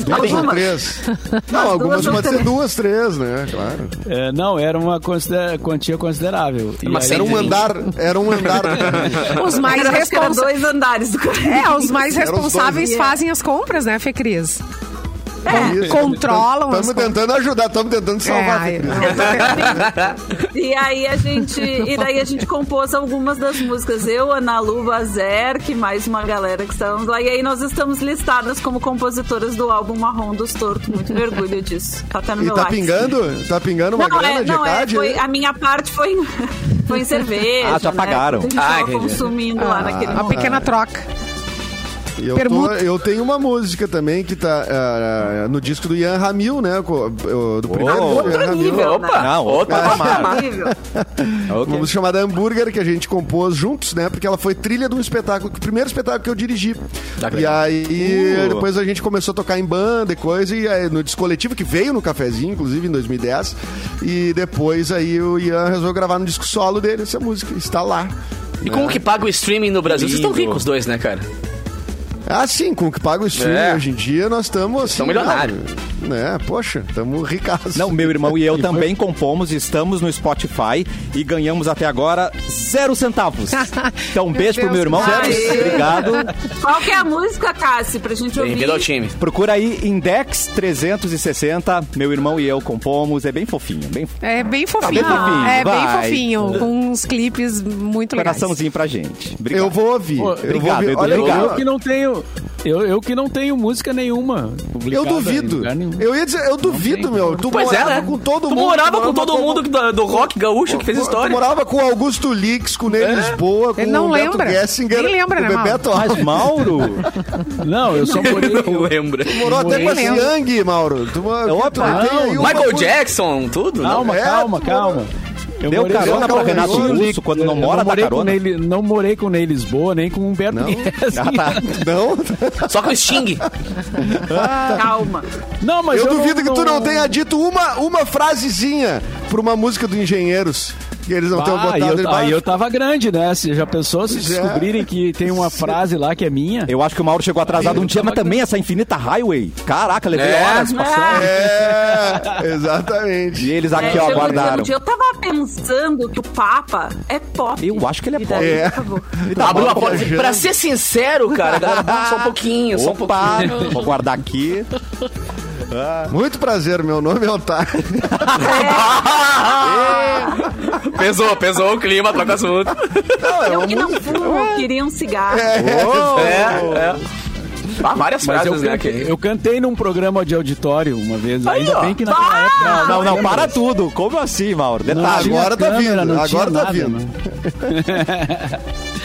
Speaker 5: Duas ou
Speaker 4: Algumas.
Speaker 5: três? Não, algumas
Speaker 4: ou
Speaker 5: pode ser
Speaker 4: três.
Speaker 5: duas, três, né? Claro.
Speaker 7: É, não, era uma considera- quantia considerável. E
Speaker 3: Mas
Speaker 7: aí-
Speaker 5: Era um andar, era um andar.
Speaker 2: Os mais
Speaker 4: Era, acho que era
Speaker 2: responsáveis.
Speaker 4: dois andares do
Speaker 2: É, os mais
Speaker 5: Eram os dois,
Speaker 2: responsáveis
Speaker 4: né?
Speaker 2: fazem as compras, né, Fecris?
Speaker 4: É,
Speaker 5: Isso.
Speaker 2: Controlam as
Speaker 5: Estamos
Speaker 2: compras.
Speaker 5: tentando ajudar, estamos tentando salvar.
Speaker 2: É,
Speaker 5: Fecris.
Speaker 4: E aí a gente, e daí a gente compôs algumas das músicas. Eu, Ana Lu, Bazer, que mais uma galera que estávamos lá. E aí nós estamos listadas como compositoras do álbum Marrom dos Torto. Muito orgulho disso. Tá até no
Speaker 5: E
Speaker 4: meu
Speaker 5: tá
Speaker 4: like.
Speaker 5: pingando? Tá pingando uma
Speaker 4: Não,
Speaker 5: grana
Speaker 4: é,
Speaker 5: de né?
Speaker 4: não é,
Speaker 5: ECAD?
Speaker 4: foi, a minha parte foi em, foi em cerveja.
Speaker 1: Ah, já
Speaker 4: né?
Speaker 1: pagaram.
Speaker 4: A gente
Speaker 3: Ah,
Speaker 4: tava
Speaker 3: entendi.
Speaker 4: consumindo lá naquele
Speaker 2: Uma
Speaker 4: momento.
Speaker 2: pequena troca.
Speaker 5: E Eu, tô,
Speaker 2: Permuta.
Speaker 5: eu tenho uma música também que tá ah, no disco do Ian Ramil, né? Co- Do primeiro
Speaker 1: Oh.
Speaker 5: disco do Ian
Speaker 4: Outro
Speaker 5: Ramil.
Speaker 4: nível,
Speaker 3: Opa!
Speaker 4: né?
Speaker 1: Não, outro
Speaker 5: Ah,
Speaker 1: patamar.
Speaker 4: Incrível.
Speaker 5: Uma
Speaker 1: Ok.
Speaker 5: música chamada Hambúrguer, que a gente compôs juntos, né? Porque ela foi trilha de um espetáculo, que- o primeiro espetáculo que eu dirigi. e aí,
Speaker 1: Tá Uh.
Speaker 5: depois a gente começou a tocar em banda e coisa, e aí, no descoletivo, que veio no cafezinho, inclusive, em 2010. E depois aí o Ian resolveu gravar no disco solo dele essa música, está lá.
Speaker 3: E como que paga o streaming no Brasil? Vocês estão
Speaker 1: Lindo.
Speaker 3: ricos os dois, né, cara?
Speaker 5: Ah, sim, com o que paga o streaming
Speaker 3: É.
Speaker 5: hoje em dia, nós estamos assim.
Speaker 3: são milionários.
Speaker 5: ah, Né? Poxa, estamos ricaços.
Speaker 1: Não, meu irmão e eu também compomos, estamos no Spotify e ganhamos até agora zero centavos. Então, um
Speaker 2: Meu
Speaker 1: beijo pro
Speaker 2: Deus,
Speaker 1: meu irmão.
Speaker 4: cara.
Speaker 1: Obrigado.
Speaker 4: Qual que é a música, Cassi, pra gente ouvir?
Speaker 3: Bem-vindo ao time.
Speaker 1: Procura aí Index 360. Meu irmão e eu compomos. É bem fofinho, bem
Speaker 2: É bem fofinho.
Speaker 1: bem fofinho,
Speaker 2: é bem
Speaker 1: vai.
Speaker 2: fofinho. Com uns clipes muito legais.
Speaker 1: coraçãozinho pra gente. Obrigado.
Speaker 5: Eu vou ouvir.
Speaker 7: Pô,
Speaker 5: eu vou
Speaker 1: obrigado,
Speaker 5: ouvir.
Speaker 1: Edu,
Speaker 5: Olha,
Speaker 7: Eu,
Speaker 1: obrigado.
Speaker 5: eu-
Speaker 7: eu que não tenho. Eu, eu que não tenho música nenhuma.
Speaker 5: Eu
Speaker 7: publicada em
Speaker 5: duvido.
Speaker 7: lugar nenhum.
Speaker 5: Eu ia dizer, eu duvido,
Speaker 7: tem.
Speaker 5: meu. Tu
Speaker 3: Pois é,
Speaker 5: morava
Speaker 3: né?
Speaker 5: com todo
Speaker 3: tu
Speaker 5: mundo.
Speaker 3: morava com todo
Speaker 5: com-
Speaker 3: mundo que do, do rock gaúcho que fez
Speaker 5: Tu
Speaker 3: história. É?
Speaker 5: morava com o Augusto Lix, com o Ney Lisboa, com
Speaker 2: Ele não
Speaker 5: o Beto
Speaker 2: lembra.
Speaker 5: Gessinger,
Speaker 2: Nem lembra, né,
Speaker 5: o
Speaker 2: Mauro?
Speaker 5: Bebeto
Speaker 1: Mas, Mauro,
Speaker 7: Não, eu só morei.
Speaker 3: Não lembra.
Speaker 5: Morou até com a
Speaker 2: Nem
Speaker 5: Siang, Mauro. Tu,
Speaker 7: É
Speaker 5: mora-
Speaker 1: Opa,
Speaker 5: tu tem aí uma
Speaker 3: Michael
Speaker 5: coisa-
Speaker 3: Jackson, tudo? né?
Speaker 7: Calma,
Speaker 5: É,
Speaker 7: calma,
Speaker 5: tu
Speaker 7: calma. Eu
Speaker 1: deu
Speaker 7: morei-
Speaker 1: carona
Speaker 5: eu
Speaker 1: pro
Speaker 5: morei-
Speaker 1: Renato
Speaker 5: eu
Speaker 1: Russo quando não
Speaker 7: é, Eu
Speaker 1: mora da
Speaker 7: morei com
Speaker 1: carona.
Speaker 7: Ney- não morei com o Ney Lisboa, nem com o Humberto
Speaker 5: Não?
Speaker 7: Guedes.
Speaker 1: Ah, tá.
Speaker 5: Não,
Speaker 3: Só com o Sting.
Speaker 4: Calma.
Speaker 7: Não, mas
Speaker 5: eu
Speaker 7: não-
Speaker 5: duvido que tu não
Speaker 7: não-
Speaker 5: tenha dito uma, uma frasezinha pra uma música do Engenheiros. que eles não tenham
Speaker 7: Bah, aí,
Speaker 5: botado ele
Speaker 7: Ah, eu, aí
Speaker 5: baixo.
Speaker 7: eu tava grande, né? Você já pensou se
Speaker 5: Pois é.
Speaker 7: descobrirem que tem uma frase lá que é minha?
Speaker 1: Eu acho que o Mauro chegou atrasado um dia, mas também essa infinita highway. Caraca, levei
Speaker 3: É,
Speaker 1: horas
Speaker 4: né?
Speaker 1: passando.
Speaker 5: É, exatamente.
Speaker 1: E eles aqui,
Speaker 4: É,
Speaker 1: ó,
Speaker 4: chegou dizendo,
Speaker 1: aguardaram.
Speaker 4: "Dia, Eu tava pensando que o Papa é pop.
Speaker 1: Eu acho que ele é
Speaker 4: E
Speaker 1: pop.
Speaker 4: daí
Speaker 5: É.
Speaker 4: acabou.
Speaker 1: Tá
Speaker 3: Abriu
Speaker 1: bom,
Speaker 3: a porta.
Speaker 5: viajando.
Speaker 3: Pra ser sincero, cara, dá- só um pouquinho, só um
Speaker 1: Opa,
Speaker 3: pouquinho.
Speaker 1: vou guardar aqui.
Speaker 5: Muito prazer, meu nome é Otário.
Speaker 1: Ah,
Speaker 3: Pesou, pesou o clima, troca assunto.
Speaker 4: É. Eu que não fumo, queria um cigarro.
Speaker 3: É, é. Ah, várias
Speaker 7: Mas eu
Speaker 3: frases, né?
Speaker 7: cantei,
Speaker 3: que-
Speaker 7: eu cantei num programa de auditório uma vez.
Speaker 3: Aí,
Speaker 7: Ainda
Speaker 3: ó. Ah!
Speaker 7: bem que naquela
Speaker 4: Bah!
Speaker 7: época.
Speaker 1: Não, não, para tudo. Como assim, Mauro?
Speaker 5: Ah,
Speaker 1: Detalhe.
Speaker 7: tinha
Speaker 5: agora tá vindo,
Speaker 7: não tinha
Speaker 5: agora tá
Speaker 7: nada,
Speaker 5: vindo.
Speaker 7: né?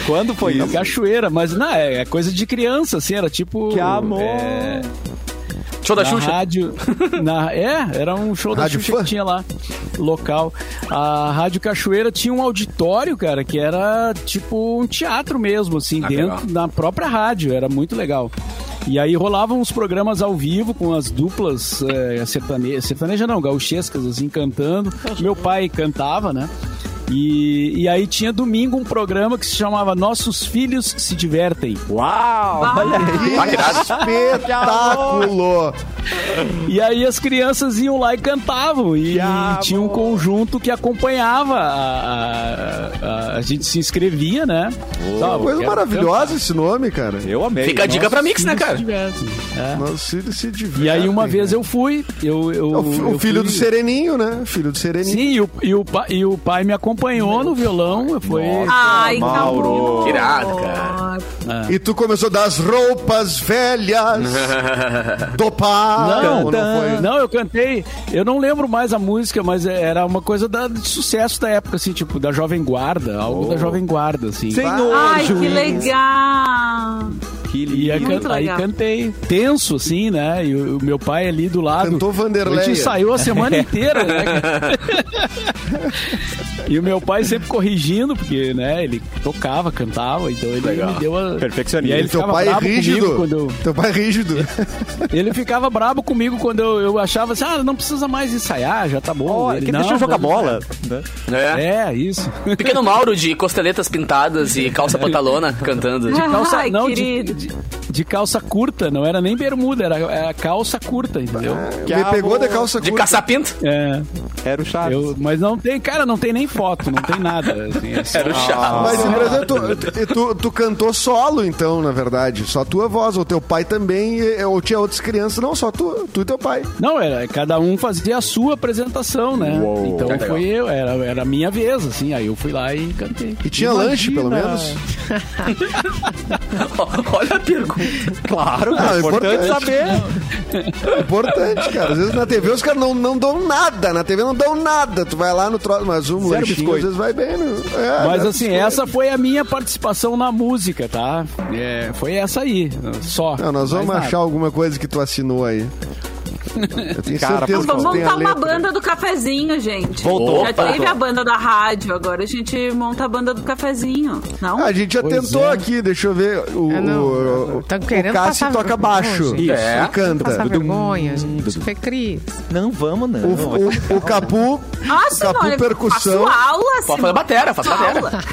Speaker 1: Quando foi
Speaker 7: Não,
Speaker 1: isso?
Speaker 7: cachoeira, mas não, é, é coisa de criança, assim, era tipo.
Speaker 1: Que amor.
Speaker 7: é,
Speaker 3: Show da
Speaker 7: na
Speaker 3: Xuxa.
Speaker 7: rádio. na- é, era um show da
Speaker 5: Rádio
Speaker 7: Xuxa
Speaker 5: Fã?
Speaker 7: que tinha lá, local. A Rádio Cachoeira tinha um auditório, cara, que era tipo um teatro mesmo, assim,
Speaker 3: Ah, que
Speaker 7: dentro da própria rádio. Era muito legal. E aí rolavam uns programas ao vivo com as duplas é, sertane- sertaneja não, gauchescas, assim, cantando. Meu pai cantava, né? E, e aí tinha domingo um programa que se chamava Nossos Filhos Se Divertem.
Speaker 1: Uau!
Speaker 4: Ah,
Speaker 1: Olha aí.
Speaker 5: Espetáculo!
Speaker 7: E aí as crianças iam lá e cantavam. E,
Speaker 1: Diabo.
Speaker 7: tinha um conjunto que acompanhava. A, a- a- a gente se inscrevia, né? Tá, eu
Speaker 5: Oh, Coisa
Speaker 7: quero
Speaker 5: maravilhosa esse nome, cara.
Speaker 1: Eu amei.
Speaker 3: Fica a dica pra Mix, né,
Speaker 7: cantar,
Speaker 3: cara?
Speaker 7: se divertem. É.
Speaker 5: Nosso filho se diverte.
Speaker 7: E aí uma vez eu fui. Eu, eu,
Speaker 5: É o, fi- o
Speaker 7: eu
Speaker 5: filho
Speaker 7: fui-
Speaker 5: do Sereninho, né? Filho do Sereninho.
Speaker 7: Sim, e o, e, o, pa- e o pai me acompanhou no violão. Foi.
Speaker 4: Ai, tá que
Speaker 1: Mauro.
Speaker 4: amor.
Speaker 3: Que irado, cara.
Speaker 5: E tu começou das roupas velhas do pai.
Speaker 7: Não,
Speaker 5: Ou foi?
Speaker 7: Não, eu cantei. Eu não lembro mais a música, mas era uma coisa da, de sucesso da época, assim, tipo, da Jovem Guarda. Algo
Speaker 5: Oh.
Speaker 7: da Jovem Guarda, assim.
Speaker 5: Tá.
Speaker 1: Senhor
Speaker 4: Ai, que
Speaker 1: juiz.
Speaker 4: legal.
Speaker 1: Que lindo.
Speaker 7: E aí,
Speaker 4: Muito
Speaker 7: can- aí
Speaker 4: legal.
Speaker 7: cantei, tenso assim, né? E o, o meu pai ali do lado.
Speaker 5: Cantou Vanderlei.
Speaker 7: A gente ensaiou a semana inteira, né? e o meu pai sempre corrigindo, porque, né, ele tocava, cantava, então ele me deu a.
Speaker 1: Perfeccionista.
Speaker 7: E aí ele
Speaker 5: Teu
Speaker 7: ficava
Speaker 5: pai é
Speaker 7: brabo comigo
Speaker 5: rígido.
Speaker 7: quando eu.
Speaker 5: Teu pai é rígido.
Speaker 7: Ele ficava brabo comigo quando eu, eu achava assim, ah, não precisa mais ensaiar, já tá bom.
Speaker 1: Ó, é
Speaker 7: Ele,
Speaker 1: que
Speaker 7: "Não,
Speaker 1: deixa eu jogar
Speaker 7: vamos-
Speaker 1: bola. né?
Speaker 3: É.
Speaker 7: É, isso.
Speaker 3: Pequeno Mauro de costeletas pintadas e calça pantalona cantando.
Speaker 7: Calça,
Speaker 4: Ai,
Speaker 7: não, de,
Speaker 4: querido.
Speaker 7: de, de calça curta, não era nem bermuda, era, era calça curta, entendeu?
Speaker 1: Que
Speaker 5: Me pegou
Speaker 1: amor.
Speaker 5: da calça
Speaker 3: De
Speaker 5: curta.
Speaker 3: caçapinto.
Speaker 7: É.
Speaker 1: Era o Chaves.
Speaker 7: Eu- mas não tem, cara, não tem nem foto, não tem nada. assim, é só-
Speaker 3: Era o chá.
Speaker 5: Mas, por exemplo, tu, tu, tu cantou solo, então, na verdade. Só tua voz, ou teu pai também, e- ou tinha outras crianças. Não, só tu, tu e teu pai.
Speaker 7: Não, era, cada um fazia a sua apresentação, né? então
Speaker 3: Que legal.
Speaker 7: foi eu, era, era a minha vez, assim, aí eu fui lá e cantei.
Speaker 5: E tinha lanche, pelo menos.
Speaker 3: Olha a pergunta.
Speaker 1: Claro, cara,
Speaker 5: Ah,
Speaker 1: é importante,
Speaker 5: importante.
Speaker 1: saber.
Speaker 5: Importante, cara. Às vezes na TV os caras não, não dão nada. Na TV não dão nada. Tu vai lá no troço, mas um lanchinho
Speaker 1: biscoito.
Speaker 5: às vezes vai bem, né? É,
Speaker 7: Mas
Speaker 5: né?
Speaker 7: assim, essa foi a minha participação na música, tá? É, foi essa aí, só.
Speaker 5: Não, nós vamos
Speaker 7: Mais
Speaker 5: achar
Speaker 7: nada.
Speaker 5: alguma coisa que tu assinou aí. Eu tenho
Speaker 1: Cara,
Speaker 5: certeza que
Speaker 4: Vamos
Speaker 5: tu tem
Speaker 4: montar
Speaker 5: a
Speaker 4: uma
Speaker 5: letra.
Speaker 4: banda do cafezinho, gente.
Speaker 1: Voltou.
Speaker 4: Já
Speaker 3: Opa.
Speaker 4: teve a banda da rádio, agora a gente monta a banda do cafezinho. Não?
Speaker 5: Ah, a gente já
Speaker 7: Pois
Speaker 5: tentou
Speaker 7: é.
Speaker 5: aqui, deixa eu ver. O,
Speaker 2: É, não,
Speaker 5: o, o,
Speaker 2: tá querendo
Speaker 5: o Cássio
Speaker 2: passar
Speaker 5: toca
Speaker 2: vergonha,
Speaker 5: baixo
Speaker 2: gente.
Speaker 5: e canta.
Speaker 2: Passar vergonha, gente. Isso foi crise.
Speaker 1: Não vamos, não.
Speaker 5: O, o, o Capu, o
Speaker 4: Nossa,
Speaker 5: Capu
Speaker 4: não,
Speaker 5: percussão.
Speaker 4: Faço aula, assim.
Speaker 3: Pode fazer batera, faz batera.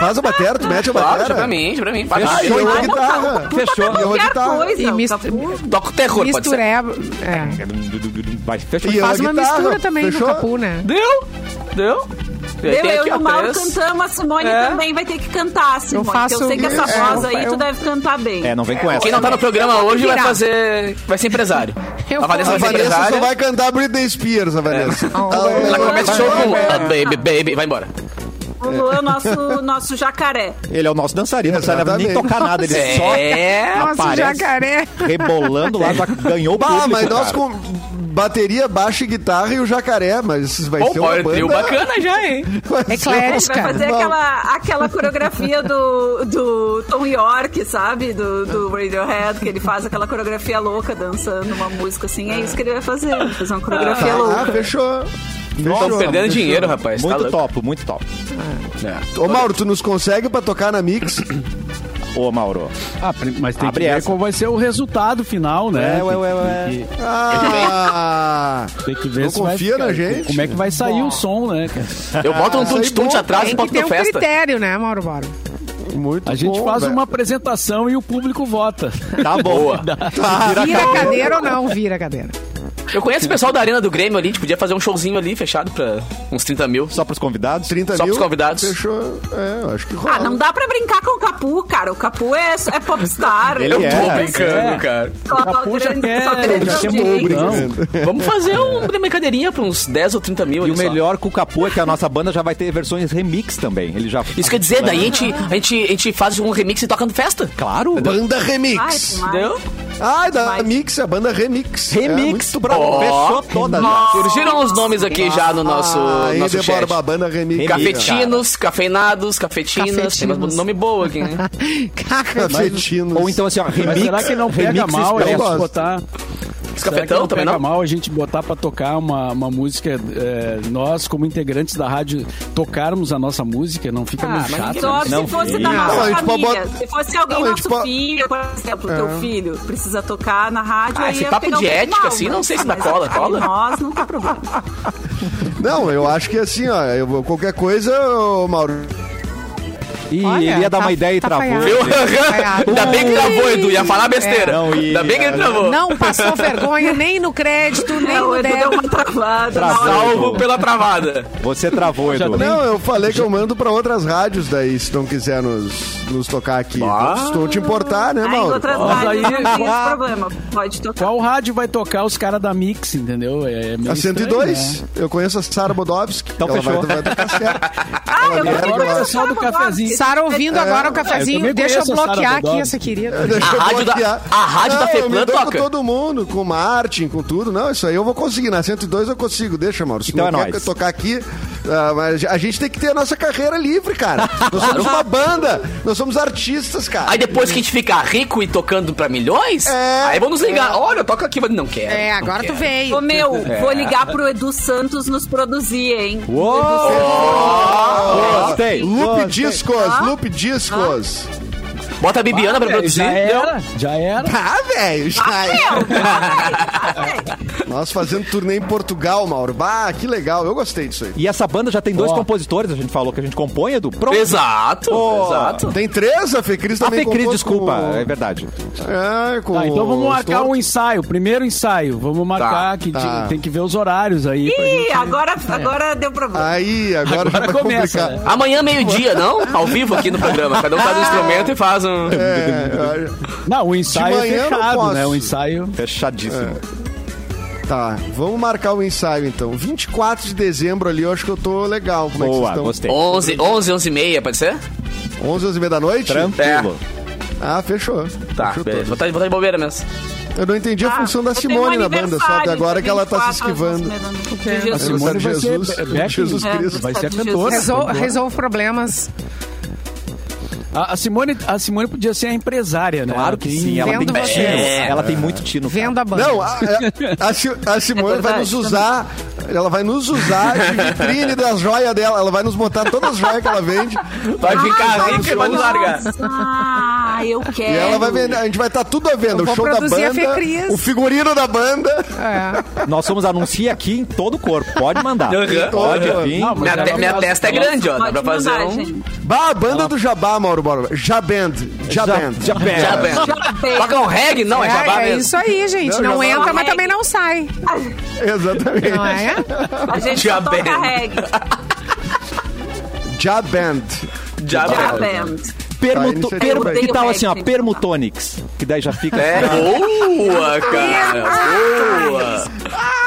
Speaker 5: Faz a batera, tu mete
Speaker 3: Claro, deixa
Speaker 5: a batera.
Speaker 3: pra mim, deixa pra mim.
Speaker 5: Ah,
Speaker 3: Faz
Speaker 5: e
Speaker 3: show.
Speaker 5: eu a
Speaker 4: Vai botar
Speaker 5: guitarra.
Speaker 1: Fechou.
Speaker 5: E tá? eu a
Speaker 4: Qualquer
Speaker 5: guitarra.
Speaker 4: coisa.
Speaker 2: E
Speaker 4: o
Speaker 2: mis-
Speaker 4: Capu-
Speaker 3: Toca o terror, pode ser.
Speaker 2: Mistureba. É.
Speaker 1: um Vai, fechou.
Speaker 5: E eu-
Speaker 2: Faz uma
Speaker 5: guitarra,
Speaker 2: mistura também
Speaker 5: fechou?
Speaker 2: do capu, né?
Speaker 3: Deu, deu.
Speaker 4: Eu,
Speaker 3: Tem
Speaker 4: eu
Speaker 3: aqui,
Speaker 4: e
Speaker 3: ó,
Speaker 4: o Mauro
Speaker 3: três.
Speaker 4: cantamos, a Simone
Speaker 3: É.
Speaker 4: também vai ter que cantar, Simone.
Speaker 2: Eu
Speaker 4: Eu,
Speaker 2: faço-
Speaker 4: eu sei que essa
Speaker 2: É,
Speaker 4: voz
Speaker 2: eu-
Speaker 4: aí
Speaker 2: eu-
Speaker 4: tu deve cantar bem.
Speaker 1: É, não vem com essa.
Speaker 3: Quem não tá no programa hoje vai
Speaker 2: virar.
Speaker 3: fazer. Vai ser empresário.
Speaker 2: Eu
Speaker 3: a Vanessa
Speaker 5: A
Speaker 2: vou.
Speaker 3: vai ser
Speaker 5: Vanessa só
Speaker 3: empresária.
Speaker 5: vai cantar Britney Spears, a Vanessa.
Speaker 3: Ela começa o show com.
Speaker 5: É.
Speaker 3: "Ah, Baby, baby, vai embora.
Speaker 4: O Lu é o nosso, nosso jacaré.
Speaker 1: Ele é o nosso dançarino, não precisa nem
Speaker 5: Exatamente.
Speaker 1: tocar nada. Ele
Speaker 3: É.
Speaker 1: só
Speaker 2: Nossa,
Speaker 1: aparece.
Speaker 2: jacaré.
Speaker 1: rebolando lá, já ganhou o público,
Speaker 5: Ah, mas
Speaker 1: cara.
Speaker 5: nós com bateria, baixo e guitarra e o jacaré, mas esses vai
Speaker 3: Bom,
Speaker 5: ser é uma
Speaker 3: power
Speaker 5: banda...
Speaker 3: trio bacana já, hein?
Speaker 5: vai ser-
Speaker 4: Ele vai
Speaker 2: Eclética.
Speaker 4: fazer
Speaker 5: Não.
Speaker 4: aquela, aquela coreografia do, do Tom York, sabe? Do, do Radiohead, que ele faz aquela coreografia louca dançando uma música assim. É isso que ele vai fazer. Vai fazer uma coreografia
Speaker 5: Ah,
Speaker 4: louca.
Speaker 5: fechou.
Speaker 3: Estão
Speaker 5: Fechou.
Speaker 3: perdendo dinheiro, rapaz. tá
Speaker 1: Muito
Speaker 3: louco.
Speaker 1: top, muito top.
Speaker 3: É.
Speaker 5: Ô Mauro, tu nos consegue pra tocar na Mix?
Speaker 1: ô Mauro?
Speaker 7: Ah, prim- mas tem
Speaker 1: Abre
Speaker 7: que ver
Speaker 1: essa.
Speaker 7: qual vai ser o resultado final, né?
Speaker 1: É, ué, ué, ué.
Speaker 7: Tem que,
Speaker 5: Ah!
Speaker 7: tem que ver
Speaker 5: Não
Speaker 7: se vai
Speaker 5: confia
Speaker 7: ficar-
Speaker 5: na gente.
Speaker 7: Como é que vai sair o som, né? cara?
Speaker 3: Eu boto um tunt-tunt atrás e
Speaker 2: Tem que
Speaker 3: boto
Speaker 2: ter
Speaker 3: na
Speaker 2: um
Speaker 3: festa.
Speaker 2: critério, né, Mauro Borba?
Speaker 5: Muito
Speaker 7: A gente
Speaker 5: bom,
Speaker 7: faz
Speaker 5: velho.
Speaker 7: uma apresentação e o público vota.
Speaker 1: Tá bom. Vira
Speaker 2: Vira
Speaker 1: a
Speaker 2: a
Speaker 1: ca-
Speaker 2: cadeira ou não vira a cadeira?
Speaker 3: Eu conheço o pessoal da Arena do Grêmio ali, a gente podia fazer um showzinho ali fechado pra uns 30 mil.
Speaker 1: Só pros convidados?
Speaker 5: 30
Speaker 3: Só
Speaker 5: mil.
Speaker 3: pros convidados.
Speaker 5: Fechou. É, eu acho que rola.
Speaker 4: Ah, não dá pra brincar com o Capu, cara. O Capu é, é popstar.
Speaker 1: Ele
Speaker 3: eu tô
Speaker 1: é,
Speaker 3: brincando,
Speaker 7: é.
Speaker 3: cara.
Speaker 4: Só
Speaker 7: Capu já
Speaker 4: grande-
Speaker 7: quer-
Speaker 4: só grande
Speaker 7: já quer
Speaker 4: audiência.
Speaker 7: público. Não.
Speaker 3: Vamos fazer um- uma brincadeirinha pra uns 10 ou 30 mil
Speaker 1: E
Speaker 3: ali
Speaker 1: o
Speaker 3: só.
Speaker 1: melhor com o Capu é que a nossa banda já vai ter versões remix também. Ele já
Speaker 3: Isso quer dizer, daí a gente, a gente, a gente faz um remix e toca no festa.
Speaker 1: Claro.
Speaker 5: Banda
Speaker 4: Ai,
Speaker 5: Remix.
Speaker 4: que mais.
Speaker 3: Entendeu?
Speaker 5: Ai, da
Speaker 4: Mas-
Speaker 5: Mix, a banda Remix.
Speaker 1: Remix,
Speaker 5: É,
Speaker 3: Ó.
Speaker 1: bro. Fechou toda.
Speaker 3: Surgiram os nomes aqui já no nosso,
Speaker 5: Aí,
Speaker 3: nosso chat.
Speaker 5: Borba, a banda Remix.
Speaker 3: Cafetinos, cafeinados, cafetinas. Tem mais
Speaker 2: Cafetinos.
Speaker 3: nome boa aqui, né?
Speaker 5: Cafetinos.
Speaker 1: Ou então assim, ó, remix.
Speaker 7: Mas será que não pega
Speaker 1: remix
Speaker 7: mal a
Speaker 1: expresso.
Speaker 7: gente
Speaker 5: Eu gosto.
Speaker 7: botar...
Speaker 3: Os
Speaker 7: Será que
Speaker 3: cafetão
Speaker 7: não
Speaker 3: Então, também
Speaker 7: pega
Speaker 3: não?
Speaker 7: mal a gente botar pra tocar uma, uma música, é, nós como integrantes da rádio, tocarmos a nossa música, não
Speaker 5: Ah,
Speaker 7: fica muito chato? né?
Speaker 4: Só
Speaker 1: Não,
Speaker 4: se fosse
Speaker 1: filho.
Speaker 4: da nossa
Speaker 5: Não, a gente pode
Speaker 4: família.
Speaker 5: botar-
Speaker 4: Se fosse alguém
Speaker 5: Não, a gente
Speaker 4: nosso
Speaker 5: É. pode-
Speaker 4: filho, por exemplo, teu filho precisa tocar na rádio.
Speaker 3: Ah,
Speaker 4: aí
Speaker 3: esse
Speaker 4: ia
Speaker 3: papo
Speaker 4: pegar
Speaker 3: de
Speaker 4: um
Speaker 3: ética,
Speaker 4: mal,
Speaker 3: assim,
Speaker 4: né?
Speaker 3: não sei se
Speaker 4: Ah,
Speaker 3: dá
Speaker 4: mas
Speaker 3: cola,
Speaker 4: entre
Speaker 3: cola?
Speaker 4: Nós não tem problema.
Speaker 5: Não, eu acho que assim, ó, eu, vou- qualquer coisa, ô, Mauro.
Speaker 1: Ih,
Speaker 2: Olha,
Speaker 1: ele ia dar
Speaker 2: tá-
Speaker 1: uma ideia e
Speaker 2: tá
Speaker 1: travou.
Speaker 2: falhado.
Speaker 3: Viu?
Speaker 2: Cafeteado.
Speaker 3: Ainda bem que travou, Edu. Ia falar besteira.
Speaker 1: É, não ia.
Speaker 3: Ainda bem que ele travou.
Speaker 2: Não passou vergonha nem no crédito, nem
Speaker 4: Não, o
Speaker 2: no
Speaker 4: Edu deu
Speaker 2: débito.
Speaker 4: uma travada.
Speaker 1: Travou.
Speaker 4: Nossa,
Speaker 3: Salvo pela travada.
Speaker 1: Você travou, Edu.
Speaker 5: Não, eu falei que eu mando pra outras rádios daí, se não quiser nos, nos tocar aqui. Estou te importar, né,
Speaker 4: Aí, em
Speaker 5: Mauro?
Speaker 4: outras
Speaker 7: Mas
Speaker 4: rádios
Speaker 7: aí-
Speaker 4: não tem esse problema. Pode tocar.
Speaker 7: Qual rádio vai tocar os caras da Mix, entendeu? É, é meio
Speaker 5: A
Speaker 7: estranho,
Speaker 5: 102,
Speaker 7: né?
Speaker 5: eu conheço a Sara Bodovski.
Speaker 1: Então
Speaker 5: ela
Speaker 1: fechou.
Speaker 5: Vai, vai tocar certo.
Speaker 4: Ah, eu também
Speaker 5: Ela é
Speaker 4: conheço
Speaker 5: agora.
Speaker 4: o
Speaker 7: Só do
Speaker 4: Sara
Speaker 7: cafezinho.
Speaker 4: Bodowski.
Speaker 2: Sara ouvindo agora o cafezinho.
Speaker 7: É, eu também
Speaker 2: deixa eu
Speaker 7: conheço a Sara
Speaker 2: bloquear
Speaker 7: Godoy.
Speaker 2: aqui essa querida.
Speaker 5: Deixa
Speaker 3: A
Speaker 5: eu
Speaker 3: rádio da-
Speaker 5: bloquear.
Speaker 3: a rádio da
Speaker 5: Não, eu
Speaker 3: Feplan
Speaker 5: me dou com
Speaker 3: toca?
Speaker 5: todo mundo, com o Martin, com tudo. Não, isso aí eu vou conseguir. Na 102 eu consigo. Deixa, Mauro. Se
Speaker 1: Então
Speaker 5: não
Speaker 1: é
Speaker 5: quer
Speaker 1: nóis.
Speaker 5: tocar aqui, ah, mas a gente tem que ter a nossa carreira livre, cara. Nós somos uma banda. Nós somos artistas, cara.
Speaker 3: Aí depois que a gente fica rico e tocando pra milhões,
Speaker 5: É,
Speaker 3: aí vamos ligar. Olha, toca aqui, mas não quero.
Speaker 2: É,
Speaker 3: não
Speaker 2: agora tu
Speaker 3: quero.
Speaker 2: veio.
Speaker 4: Ô, meu,
Speaker 3: É.
Speaker 4: vou ligar pro Edu Santos nos produzir, hein?
Speaker 1: Gostei.
Speaker 5: Loop
Speaker 1: Gostei.
Speaker 5: Discos, Loop Discos.
Speaker 3: Bota a Bibiana pra produzir.
Speaker 1: é
Speaker 7: Já era, já era.
Speaker 5: Ah, velho, já é. Nós fazendo turnê em Portugal, Mauro. Bah, que legal. Eu gostei disso aí.
Speaker 1: E essa banda já tem dois
Speaker 7: Ó.
Speaker 1: compositores, a gente falou que a gente compõe, Edu. Pronto.
Speaker 3: Exato,
Speaker 1: Pô.
Speaker 3: exato.
Speaker 5: Tem três, a Fecris
Speaker 1: A
Speaker 5: também
Speaker 1: Fecris,
Speaker 5: compôs
Speaker 1: desculpa,
Speaker 5: com-
Speaker 1: é verdade.
Speaker 5: É, com
Speaker 7: Tá, então vamos
Speaker 5: o
Speaker 7: marcar
Speaker 5: Storm.
Speaker 7: um ensaio, primeiro ensaio. Vamos marcar que
Speaker 5: tá.
Speaker 7: ti- tem que ver os horários aí. pra
Speaker 4: Ih,
Speaker 7: gente-
Speaker 4: agora, agora deu problema.
Speaker 5: Aí, agora,
Speaker 7: Agora
Speaker 5: já vai
Speaker 7: começa,
Speaker 5: complicar.
Speaker 7: né?
Speaker 3: Amanhã, meio-dia, não? Ao vivo aqui no programa. Cada um faz um instrumento e faz um.
Speaker 5: É,
Speaker 7: Não, o ensaio
Speaker 5: De manhã eu
Speaker 7: é
Speaker 5: não
Speaker 7: fechado,
Speaker 5: posso.
Speaker 7: né? O ensaio.
Speaker 1: Fechadíssimo.
Speaker 5: é, tá, vamos marcar o ensaio então. 24 de dezembro ali, eu acho que eu tô legal. Como é que vocês
Speaker 1: Boa,
Speaker 5: estão?
Speaker 1: gostei.
Speaker 3: 11, 11, 11 e meia, pode ser?
Speaker 5: 11 horas e meia da noite?
Speaker 1: Tranquilo.
Speaker 3: É.
Speaker 5: Ah, fechou.
Speaker 3: Tá, beleza.
Speaker 5: Fechou todas.
Speaker 3: Vou estar de bobeira mesmo.
Speaker 5: Eu não entendi a
Speaker 4: Ah,
Speaker 5: é função da
Speaker 4: eu tenho
Speaker 5: Simone
Speaker 4: um
Speaker 5: na banda,
Speaker 4: aniversário
Speaker 5: sabe? Agora
Speaker 4: dia
Speaker 5: que ela tá se
Speaker 4: 24 às
Speaker 5: esquivando.
Speaker 4: onze da
Speaker 2: quê?
Speaker 4: manhã.
Speaker 7: A
Speaker 4: De Jesus.
Speaker 7: Simone vai ser
Speaker 5: Jesus,
Speaker 7: be- backing.
Speaker 5: Jesus Cristo.
Speaker 7: Vai ser a cantora.
Speaker 2: Resol- resolve problemas.
Speaker 7: A, a Simone, a Simone podia ser a empresária, né?
Speaker 1: Claro que
Speaker 7: Ela tem-
Speaker 1: sim, ela tem
Speaker 2: Vendo
Speaker 1: tino.
Speaker 2: você.
Speaker 3: É.
Speaker 1: Ela tem muito tino. cara.
Speaker 2: Vendo a banda.
Speaker 5: Não, a, é, a- a Si- a Simone
Speaker 4: É
Speaker 5: vai
Speaker 4: verdade,
Speaker 5: nos usar, ela vai nos usar de vitrine das joias dela. Ela vai nos botar todas as joias que ela vende.
Speaker 3: Vai ficar
Speaker 4: tá,
Speaker 5: vai
Speaker 3: rico e vai nos largar.
Speaker 4: Ah, eu quero.
Speaker 5: E ela vai vender, a gente vai estar tudo à venda.
Speaker 2: Eu
Speaker 5: O
Speaker 2: vou
Speaker 5: show da
Speaker 2: produzir a
Speaker 5: banda,
Speaker 2: Fecris.
Speaker 5: o figurino da banda.
Speaker 2: É.
Speaker 1: Nós somos anuncia aqui em todo o corpo. Pode mandar.
Speaker 3: Aham.
Speaker 1: Pode vir.
Speaker 7: Não, mas
Speaker 3: Minha,
Speaker 7: ela
Speaker 3: te-
Speaker 7: faz-
Speaker 3: minha testa é
Speaker 7: ela-
Speaker 3: grande, ó. Dá pra
Speaker 4: Pode
Speaker 3: fazer
Speaker 4: mandar,
Speaker 3: um.
Speaker 4: gente.
Speaker 5: Bah, a banda do Jabá, Mauro Borba. Jaband. Jaband.
Speaker 1: Já, já pega.
Speaker 3: Já vem.
Speaker 4: vem.
Speaker 3: É. Toca um reggae? Não, é,
Speaker 2: É,
Speaker 3: jabá
Speaker 2: é
Speaker 3: mesmo.
Speaker 2: isso aí, gente.
Speaker 5: Não,
Speaker 2: Não,
Speaker 5: já
Speaker 4: vai.
Speaker 2: entra, mas também não sai.
Speaker 5: Exatamente.
Speaker 2: Não é?
Speaker 4: A gente só
Speaker 3: Diabético.
Speaker 4: toca reggae.
Speaker 5: Jaband.
Speaker 3: Jabá.
Speaker 4: Diabético.
Speaker 1: Permuto,
Speaker 5: Tá,
Speaker 1: permu-
Speaker 4: iniciativa.
Speaker 1: que tal assim,
Speaker 2: É.
Speaker 1: ó? Permutonics. Que daí já fica. assim,
Speaker 3: É. Boa, cara. Boa.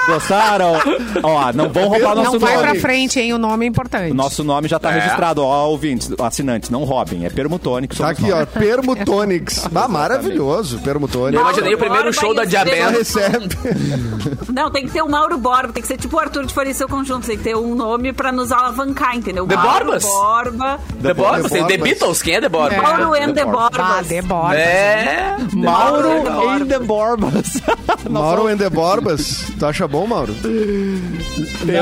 Speaker 1: Gostaram? ó, não vão roubar nosso
Speaker 2: Não vai
Speaker 1: nome.
Speaker 2: pra frente, hein? O nome é importante.
Speaker 1: Nosso nome já tá
Speaker 3: É.
Speaker 1: registrado, ó, ouvintes, assinantes, não Robin, é Permutonics.
Speaker 5: Tá
Speaker 1: somos
Speaker 5: aqui,
Speaker 1: nós.
Speaker 5: ó. Permutonics. Bah, maravilhoso.
Speaker 3: Eu
Speaker 5: Permutonics.
Speaker 3: imaginei o primeiro
Speaker 4: Mauro
Speaker 3: show da
Speaker 4: vai receber
Speaker 5: Ela
Speaker 4: Mauro.
Speaker 3: Diabetes.
Speaker 5: recebe.
Speaker 4: Não, tem que ter o Mauro Borba, tem que ser tipo o Arthur de Faria e seu conjunto, tem que ter um nome pra nos alavancar, entendeu?
Speaker 3: The
Speaker 4: Mauro
Speaker 3: Borbas?
Speaker 4: Borba.
Speaker 3: The Borbas?
Speaker 5: The
Speaker 3: Tem The
Speaker 5: Borbas.
Speaker 3: Beatles? Quem é The Borbas?
Speaker 4: Mauro and The
Speaker 2: Ah,
Speaker 4: Borbas.
Speaker 2: Debora.
Speaker 3: É.
Speaker 1: Mauro
Speaker 4: Mauro
Speaker 1: and the Borbas.
Speaker 5: Mauro and the Borbas. Tu acha bom, Mauro?
Speaker 7: Não,
Speaker 1: Tem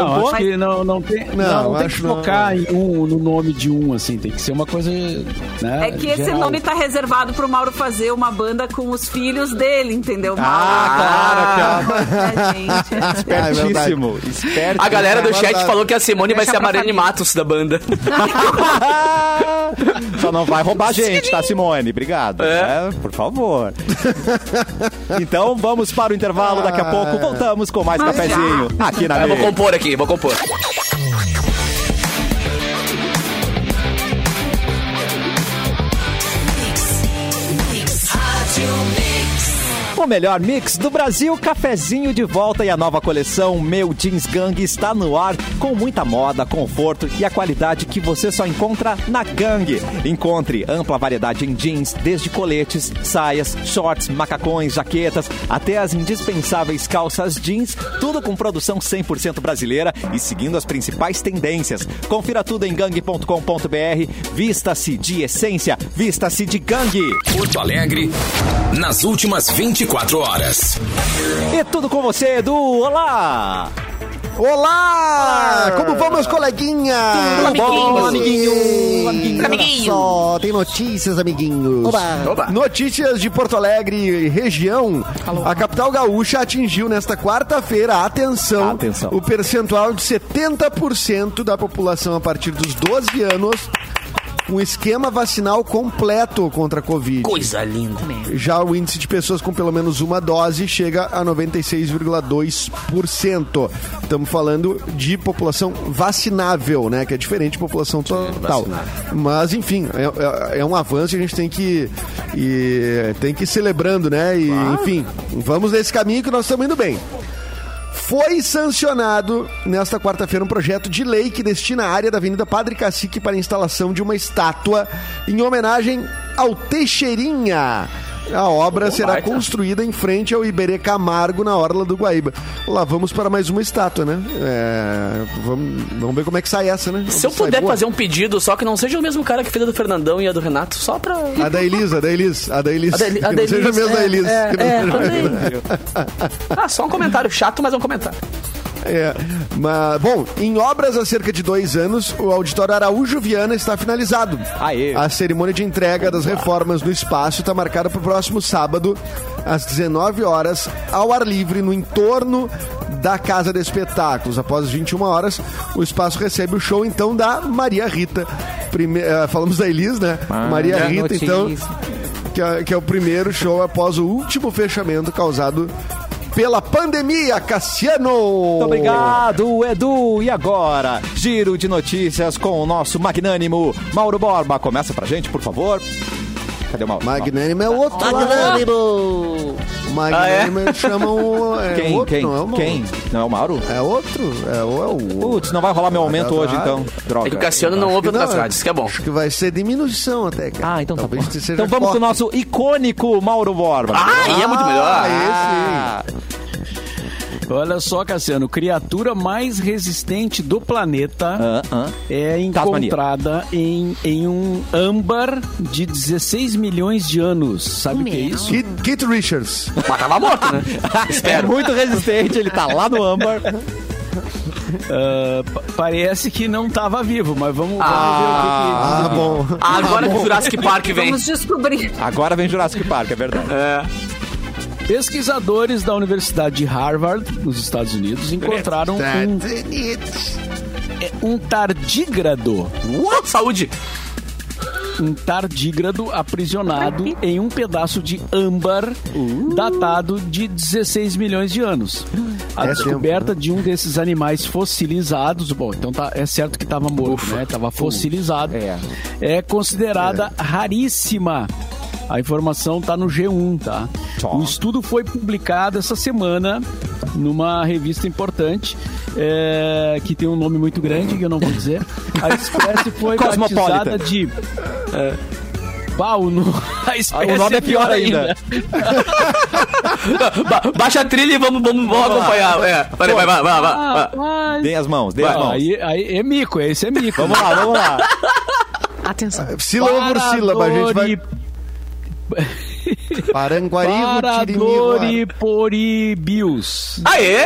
Speaker 1: um
Speaker 7: acho que não, não tem, não, tem
Speaker 5: acho
Speaker 7: que
Speaker 5: não.
Speaker 7: focar em um, no nome de um, assim. Tem que ser uma coisa. Né,
Speaker 4: É que esse
Speaker 7: geral.
Speaker 4: nome tá reservado pro Mauro fazer uma banda com os filhos dele, entendeu?
Speaker 1: Ah,
Speaker 4: Mauro? claro, gente.
Speaker 5: Ah, é verdade.
Speaker 1: Espertíssimo. Esperto.
Speaker 3: A galera do chat
Speaker 5: Guardado.
Speaker 3: falou que a Simone vai
Speaker 4: Deixa
Speaker 3: ser a
Speaker 4: pra
Speaker 3: Marane
Speaker 4: família.
Speaker 3: Matos da banda.
Speaker 1: Só não vai roubar a gente, tá, Simone? Obrigado.
Speaker 3: É.
Speaker 1: né? Por favor. então vamos para o intervalo. Daqui a pouco voltamos com mais
Speaker 4: Mas
Speaker 1: cafezinho aqui na
Speaker 3: Eu Tá, vou
Speaker 1: mesa.
Speaker 3: compor aqui, vou compor.
Speaker 1: O melhor mix do Brasil, cafezinho de volta e a nova coleção Meu Jeans Gang está no ar com muita moda, conforto e a qualidade que você só encontra na Gang. Encontre ampla variedade em jeans, desde coletes, saias, shorts, macacões, jaquetas, até as indispensáveis calças jeans, tudo com produção 100% brasileira e seguindo as principais tendências. Confira tudo em gang.com.br. Vista-se de essência, vista-se de gangue.
Speaker 8: Porto Alegre, nas últimas 24 horas.
Speaker 1: E tudo com você, Edu. Olá!
Speaker 5: Olá! Como vão, meus coleguinhas? Tá
Speaker 1: Tudo bom,
Speaker 5: Sim.
Speaker 1: amiguinho? Amiguinho.
Speaker 5: Olha só, tem notícias, amiguinhos. Notícias de Porto Alegre e região. A capital gaúcha atingiu nesta quarta-feira, atenção,
Speaker 1: Atenção.
Speaker 5: o percentual de 70% da população a partir dos 12 anos um esquema vacinal completo contra a Covid.
Speaker 3: Coisa linda.
Speaker 5: Já o índice de pessoas com pelo menos uma dose chega a 96,2%. Estamos falando de população vacinável, né? Que é diferente de população total. Mas, enfim, é, é- é um avanço e a gente tem que, e, tem que ir celebrando, né? E, Enfim, vamos nesse caminho que nós estamos indo bem. Foi sancionado nesta quarta-feira um projeto de lei que destina a área da Avenida Padre Cacique para a instalação de uma estátua em homenagem ao Teixeirinha. A obra será
Speaker 3: baita.
Speaker 5: construída em frente ao Iberê Camargo, na Orla do Guaíba. Lá vamos para mais uma estátua, né? É, vamos, vamos ver como é que sai essa, né?
Speaker 3: Se eu puder fazer um pedido, só que não seja o mesmo cara que fez a do Fernandão e a do Renato, só pra.
Speaker 5: A da Elisa, a da Elisa, a da Elisa.
Speaker 3: A da- a
Speaker 5: Ah, Que
Speaker 3: da
Speaker 5: não seja
Speaker 3: Elis,
Speaker 5: mesmo da
Speaker 3: é,
Speaker 5: Elisa.
Speaker 3: é,
Speaker 5: Que não
Speaker 3: é,
Speaker 5: seja
Speaker 3: também.
Speaker 5: mesmo da Elisa.
Speaker 3: Ah, só um comentário chato, mas é um comentário.
Speaker 5: É, mas, bom, em obras há cerca de dois anos, o auditório Araújo Viana está finalizado.
Speaker 1: Aê.
Speaker 5: A cerimônia de entrega das reformas no espaço está marcada para o próximo sábado, às 19 horas, ao ar livre, no entorno da Casa de Espetáculos. Após as 21 horas, o espaço recebe o show, então, da Maria Rita. Prime- eh, falamos da Elis, né? Maria Rita, então, que é, que é o primeiro show após o último fechamento causado pela pandemia, Cassiano!
Speaker 1: Muito obrigado, Edu. E agora, giro de notícias com o nosso magnânimo Mauro Borba. Começa pra gente, por favor. Cadê o Mauro?
Speaker 5: Magnânimo é o outro Magnânimo! Magnânimo
Speaker 3: Ah,
Speaker 5: eles chamam... É
Speaker 1: Quem?
Speaker 5: outro,
Speaker 1: quem?
Speaker 5: Não é o Mauro.
Speaker 1: quem? Não é o Mauro?
Speaker 5: É outro? É o... É o
Speaker 1: Putz, não vai rolar meu aumento hoje, então. Droga.
Speaker 3: É que o Cassiano não ouve outras rádios, isso que é bom.
Speaker 5: Acho que vai ser diminuição até, cara.
Speaker 1: Ah, então tá
Speaker 5: Talvez
Speaker 1: bom.
Speaker 5: seja
Speaker 1: Então vamos
Speaker 5: foco.
Speaker 1: com o nosso icônico Mauro Borba.
Speaker 3: Ah, e é muito melhor.
Speaker 5: Ah, esse.
Speaker 7: Olha só, Cassiano, criatura mais resistente do planeta
Speaker 1: Ah, ah.
Speaker 7: é
Speaker 1: Tasmania.
Speaker 7: encontrada em, em um âmbar de 16 milhões de anos. Sabe o que é
Speaker 2: Meu.
Speaker 7: isso?
Speaker 5: Keith, Keith Richards.
Speaker 3: Mas tava morto, né?
Speaker 1: É muito resistente, ele tá lá no âmbar.
Speaker 7: Ah, pa- parece que não estava vivo, mas vamos, vamos
Speaker 5: Ah, bom.
Speaker 3: Ah, agora que o Jurassic Park vem.
Speaker 4: Vamos descobrir.
Speaker 1: Agora vem Jurassic Park, é verdade.
Speaker 7: ver o que que... Pesquisadores da Universidade de Harvard, nos Estados Unidos, encontraram
Speaker 5: Tá.
Speaker 7: um, um tardígrado.
Speaker 3: What? Uh, Saúde.
Speaker 7: um tardígrado aprisionado em um pedaço de âmbar datado de 16 milhões de anos. A
Speaker 5: É
Speaker 7: descoberta de um desses animais fossilizados, bom, então tá, é certo que estava morto, né? Tava fossilizado.
Speaker 1: É.
Speaker 7: É, considerada raríssima. A informação tá no G1, tá?
Speaker 1: Tá.
Speaker 7: O estudo foi publicado essa semana numa revista importante é, que tem um nome muito grande que eu não vou dizer. A espécie foi
Speaker 1: Cosmopolitan.
Speaker 7: batizada de Bah, Ah, o, no... a espécie
Speaker 1: o nome é pior ainda.
Speaker 3: Ba- baixa a trilha e vamos, vamos, vamos acompanhar. É, vai, vai, vai, vai, vai.
Speaker 7: Ah, mas-
Speaker 1: Deem as mãos, deem as
Speaker 7: Ah,
Speaker 1: mãos.
Speaker 7: aí, aí é mico, esse é mico.
Speaker 1: Vamos lá, vamos lá.
Speaker 2: Atenção.
Speaker 5: Sílaba por sílaba, a gente vai...
Speaker 7: Paradori-
Speaker 5: Paranguari, Rutirimi,
Speaker 7: Paradoriporibius.
Speaker 3: Aê!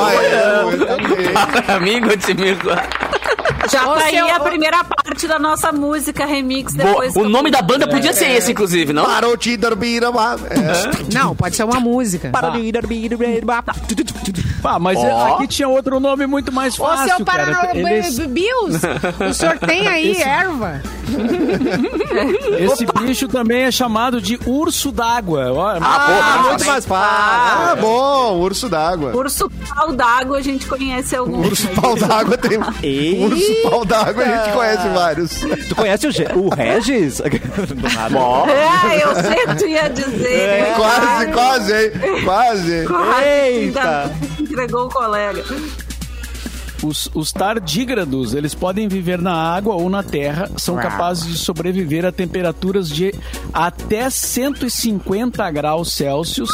Speaker 5: Olha,
Speaker 3: Amigo de
Speaker 4: Já
Speaker 2: Ô,
Speaker 4: tá aí
Speaker 2: seu-
Speaker 4: a primeira parte da nossa música remix depois.
Speaker 3: O
Speaker 4: que eu-
Speaker 3: nome da banda podia ser esse, inclusive, não?
Speaker 5: Parou de dormir, é.
Speaker 2: Não, pode ser uma música.
Speaker 7: Ah, mas
Speaker 3: Ó.
Speaker 7: aqui tinha outro nome muito mais
Speaker 2: Ô,
Speaker 7: fácil,
Speaker 2: seu
Speaker 7: cara. é
Speaker 2: Paraná
Speaker 7: Eles-
Speaker 2: Bills, o senhor tem aí erva?
Speaker 7: esse bicho também é chamado de urso d'água. Ó, é
Speaker 3: Ah,
Speaker 1: Ah,
Speaker 3: boa,
Speaker 1: muito
Speaker 3: também.
Speaker 1: mais fácil.
Speaker 5: Ah, bom, urso d'água.
Speaker 4: Urso Pau d'Água, a gente conhece alguns.
Speaker 5: Urso pau d'água tem. Urso pau d'água a gente conhece vários.
Speaker 1: Tu conhece o, Ge- o Regis? Do nada.
Speaker 4: É, eu sei o que tu ia dizer.
Speaker 1: É.
Speaker 4: né? mas
Speaker 5: É, Quase, quase, hein? Quase.
Speaker 4: Quase,
Speaker 1: Eita.
Speaker 4: ainda entregou o colega.
Speaker 7: Os, os tardígrados, eles podem viver na água ou na terra, são
Speaker 2: Ah.
Speaker 7: capazes de sobreviver a temperaturas de até 150 graus Celsius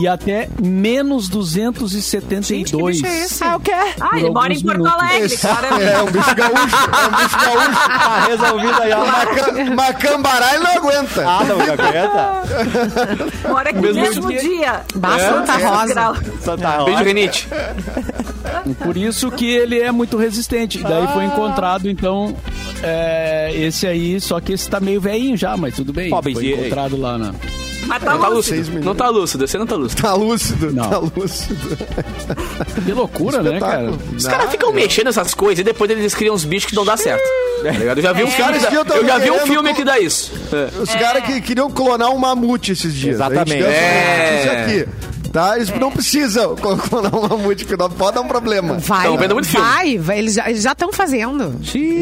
Speaker 7: e até menos 272.
Speaker 2: Que bicho é esse? Ah, o quê?
Speaker 4: Ah, ele
Speaker 7: alguns
Speaker 4: mora em Porto
Speaker 7: minutos.
Speaker 4: Alegre,
Speaker 5: Esse
Speaker 4: cara.
Speaker 5: é um bicho gaúcho, é um bicho gaúcho.
Speaker 1: Tá resolvido aí, ó.
Speaker 5: Maca- Macambará ele não aguenta.
Speaker 1: Ah, não, já aguenta?
Speaker 4: Mora aqui no
Speaker 3: Mesmo
Speaker 4: mesmo dia.
Speaker 5: É,
Speaker 2: Bah,
Speaker 5: Tá
Speaker 2: Santa
Speaker 4: É.
Speaker 2: Rosa.
Speaker 1: Santa
Speaker 3: Beijo,
Speaker 1: Rosa.
Speaker 3: Renite.
Speaker 7: Por isso que ele é muito resistente. Daí
Speaker 2: Ah.
Speaker 7: foi encontrado, então, é, esse aí, só que esse tá meio velhinho já, mas tudo bem.
Speaker 1: Ó, mas
Speaker 7: foi
Speaker 1: e-
Speaker 7: encontrado lá na...
Speaker 4: Mas tá
Speaker 3: Tá
Speaker 4: louco.
Speaker 5: Seis
Speaker 3: lúcido.
Speaker 5: minutos.
Speaker 3: Não tá lúcido, você não tá lúcido.
Speaker 5: Tá lúcido,
Speaker 7: Não.
Speaker 5: tá lúcido.
Speaker 7: Que loucura, né, cara?
Speaker 3: Os caras ficam mexendo nessas coisas e depois eles criam uns bichos que não dá certo. Tá ligado? Eu já vi um filme,
Speaker 5: É. Esse dia eu tava
Speaker 3: eu já vi um
Speaker 5: querendo
Speaker 3: filme
Speaker 5: co-
Speaker 3: que dá isso. É.
Speaker 5: Os caras que queriam clonar um mamute esses dias.
Speaker 1: Exatamente.
Speaker 5: A gente deu essa
Speaker 3: É.
Speaker 5: notícia aqui. Tá? Eles não precisam cl- clonar um mamute, porque não- pode dar um problema.
Speaker 2: Vai,
Speaker 3: Tão vendo muito filme.
Speaker 2: vai, vai, eles já estão fazendo.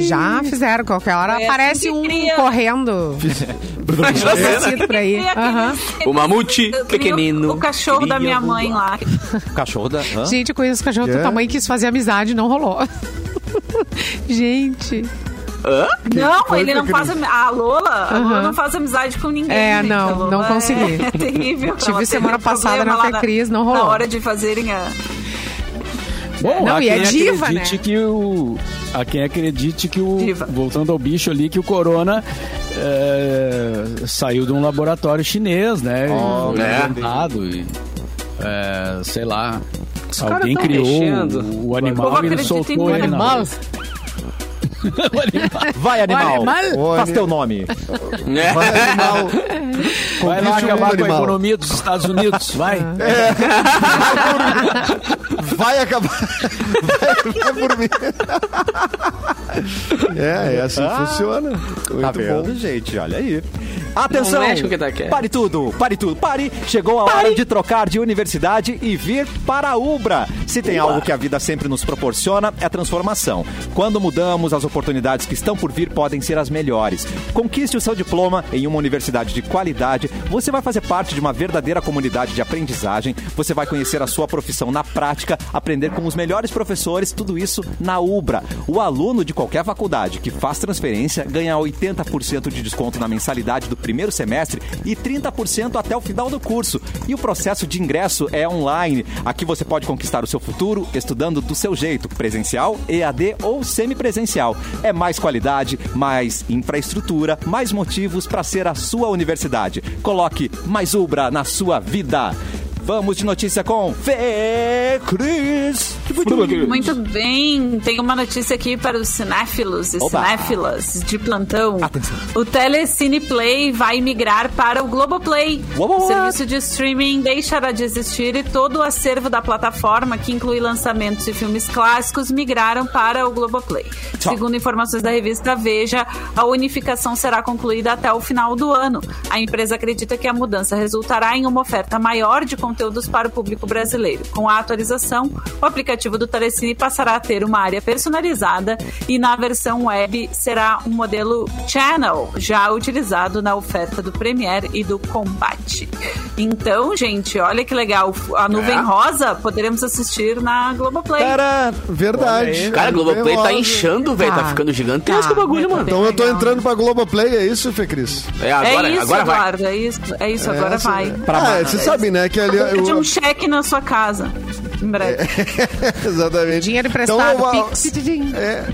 Speaker 2: Já fizeram, qualquer hora
Speaker 4: É
Speaker 2: aparece
Speaker 4: assim que
Speaker 2: um
Speaker 4: cria.
Speaker 2: correndo,
Speaker 3: Imagina a cena.
Speaker 4: é.
Speaker 2: nascido por aí.
Speaker 4: E aquele-
Speaker 2: Aham.
Speaker 3: O mamute
Speaker 4: Eu queria
Speaker 3: pequenino.
Speaker 4: O cachorro da minha
Speaker 3: queria
Speaker 4: mãe lá.
Speaker 1: Cachorro da. Hã?
Speaker 2: Gente, eu conheço cachorro do
Speaker 5: Yeah.
Speaker 2: tamanho quis fazer amizade, não rolou. Gente,
Speaker 4: Não,
Speaker 5: foi
Speaker 4: ele
Speaker 5: que
Speaker 4: não
Speaker 5: eu
Speaker 4: faz. ami- A Lola, a Lola
Speaker 2: Aham.
Speaker 4: não faz amizade com ninguém.
Speaker 2: É,
Speaker 4: gente.
Speaker 2: não,
Speaker 4: A Lola
Speaker 2: não consegui.
Speaker 4: É terrível.
Speaker 2: Tive
Speaker 4: Ela teve
Speaker 2: semana
Speaker 4: um
Speaker 2: passada
Speaker 4: problema
Speaker 2: na
Speaker 4: lá
Speaker 2: Fecris, não rolou.
Speaker 4: Na hora de fazerem a.
Speaker 7: Bom,
Speaker 2: Não,
Speaker 7: há
Speaker 2: e é
Speaker 7: quem
Speaker 2: diva,
Speaker 7: acredite
Speaker 2: né?
Speaker 7: que o. A quem acredite que o.
Speaker 4: Diva.
Speaker 7: Voltando ao bicho ali, que o corona é, saiu de um laboratório chinês, né?
Speaker 1: Oh,
Speaker 7: E foi
Speaker 3: né?
Speaker 7: inventado e, é, sei lá.
Speaker 3: caras
Speaker 7: alguém
Speaker 3: tão
Speaker 7: criou
Speaker 3: mexendo.
Speaker 4: O
Speaker 7: o, o
Speaker 4: povo
Speaker 7: animal e ele
Speaker 4: acredita em
Speaker 7: soltou ele na
Speaker 2: animal.
Speaker 7: rua. O animal.
Speaker 1: Vai, animal.
Speaker 5: animal.
Speaker 1: Faz teu nome.
Speaker 3: É.
Speaker 5: Vai, animal.
Speaker 7: Vai lá
Speaker 5: Conquiste o
Speaker 7: acabar
Speaker 5: mundo,
Speaker 7: com a
Speaker 5: animal.
Speaker 7: economia dos Estados Unidos, vai.
Speaker 5: Vai acabar. Vai acabar por mim. É, é assim que funciona. Muito
Speaker 1: Ah. Tá
Speaker 5: bom.
Speaker 1: vendo, gente? Olha aí. Atenção!
Speaker 3: Não mexe com o que tá aqui.
Speaker 1: pare tudo, pare tudo, pare! Chegou a hora de trocar de universidade e vir para a Ubra. Se tem algo que a vida sempre nos proporciona, é a transformação. Quando mudamos, as oportunidades que estão por vir podem ser as melhores. Conquiste o seu diploma em uma universidade de qualidade. Você vai fazer parte de uma verdadeira comunidade de aprendizagem. Você vai conhecer a sua profissão na prática, aprender com os melhores professores, tudo isso na Ubra. O aluno de qualquer faculdade que faz transferência ganha 80% de desconto na mensalidade do primeiro semestre e 30% até o final do curso. E o processo de ingresso é online. Aqui você pode conquistar o seu futuro estudando do seu jeito, presencial, EAD ou semipresencial. É mais qualidade, mais infraestrutura, mais motivos para ser a sua universidade. Coloque mais Ubra na sua vida. Vamos de notícia com Fê Cris.
Speaker 4: Muito bem, tem uma notícia aqui para os cinéfilos e
Speaker 1: Oba.
Speaker 4: cinéfilas de plantão.
Speaker 1: Atenção.
Speaker 4: O Telecine Play vai migrar para o Globoplay.
Speaker 1: Uou, uou,
Speaker 4: O
Speaker 1: uou.
Speaker 4: serviço de streaming deixará de existir e todo o acervo da plataforma, que inclui lançamentos de filmes clássicos, migraram para o Globoplay.
Speaker 1: Tchau.
Speaker 4: Segundo informações da revista Veja, a unificação será concluída até o final do ano. A empresa acredita que a mudança resultará em uma oferta maior de conteúdos para o público brasileiro. Com a atualização, o aplicativo do Telecine passará a ter uma área personalizada e na versão web será um modelo channel, já utilizado na oferta do Premiere e do Combate. Então, gente, olha que legal. A Nuvem Rosa poderemos assistir na Globoplay.
Speaker 1: Cara,
Speaker 5: Verdade.
Speaker 3: Cara, a Globoplay tá
Speaker 5: Veloz.
Speaker 3: enchendo, velho. Tá
Speaker 2: Tá.
Speaker 3: ficando gigantesco
Speaker 2: Tá.
Speaker 3: o bagulho, mano.
Speaker 5: Então eu tô
Speaker 4: Legal.
Speaker 5: entrando pra Globoplay, é isso, Fê Cris?
Speaker 3: É, agora,
Speaker 4: é isso,
Speaker 3: agora vai.
Speaker 4: Eduardo, é isso, é isso agora
Speaker 5: Essa,
Speaker 4: vai.
Speaker 5: né? Ah, você sabe, né? Que ali.
Speaker 4: Pede
Speaker 5: eu-
Speaker 4: um cheque na sua casa. Em breve.
Speaker 5: Exatamente.
Speaker 2: dinheiro
Speaker 5: Então,
Speaker 2: emprestado,
Speaker 5: eu-
Speaker 2: pix. tidim.
Speaker 5: É.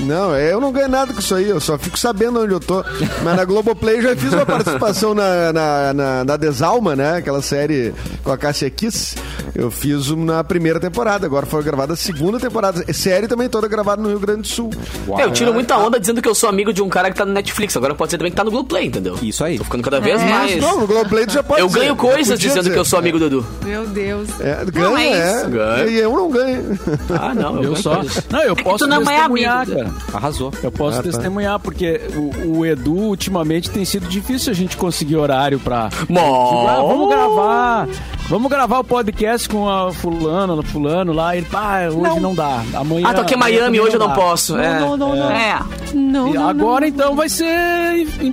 Speaker 5: Não, eu não ganho nada com isso aí, eu só fico sabendo onde eu tô. Mas na Globoplay eu já fiz uma participação na, na, na- na Desalma, né? Aquela série com a Cássia Kiss. Eu fiz um na primeira temporada, agora foi gravada a segunda temporada. É Série também toda gravada no Rio Grande do Sul.
Speaker 3: É, eu tiro muita onda dizendo que eu sou amigo de um cara que tá no Netflix. Agora pode ser também que tá no Globoplay, entendeu?
Speaker 1: Isso aí.
Speaker 3: Tô ficando cada vez mais.
Speaker 5: É. Não, no Globoplay tu já pode
Speaker 3: É Eu
Speaker 5: dizer,
Speaker 3: ganho
Speaker 5: já
Speaker 3: coisas
Speaker 5: podia
Speaker 3: dizendo
Speaker 5: dizer.
Speaker 3: que eu sou amigo do Dudu.
Speaker 2: Meu Deus.
Speaker 5: É, ganha,
Speaker 4: Não, é
Speaker 5: é.
Speaker 4: isso.
Speaker 3: Ganha.
Speaker 5: E eu não ganho.
Speaker 3: Ah, não.
Speaker 7: Eu
Speaker 3: ganho
Speaker 7: só.
Speaker 3: coisas.
Speaker 7: Não, eu
Speaker 4: que
Speaker 7: posso
Speaker 4: tu não é
Speaker 7: testemunhar,
Speaker 4: amigo,
Speaker 7: cara.
Speaker 1: Arrasou.
Speaker 7: Eu posso testemunhar, porque o, o Edu, ultimamente, tem sido difícil a gente conseguir horário pra.
Speaker 3: Mó.
Speaker 7: Ah, vamos gravar. Vamos gravar o podcast com a fulano, fulano lá. Ele, pá, hoje não, dá. Amanhã.
Speaker 3: Ah, tô aqui em
Speaker 7: amanhã
Speaker 3: Miami,
Speaker 7: também
Speaker 3: hoje eu não
Speaker 7: dá."
Speaker 3: posso. É.
Speaker 4: É.
Speaker 2: Não,
Speaker 7: E
Speaker 2: não,
Speaker 7: agora então vai ser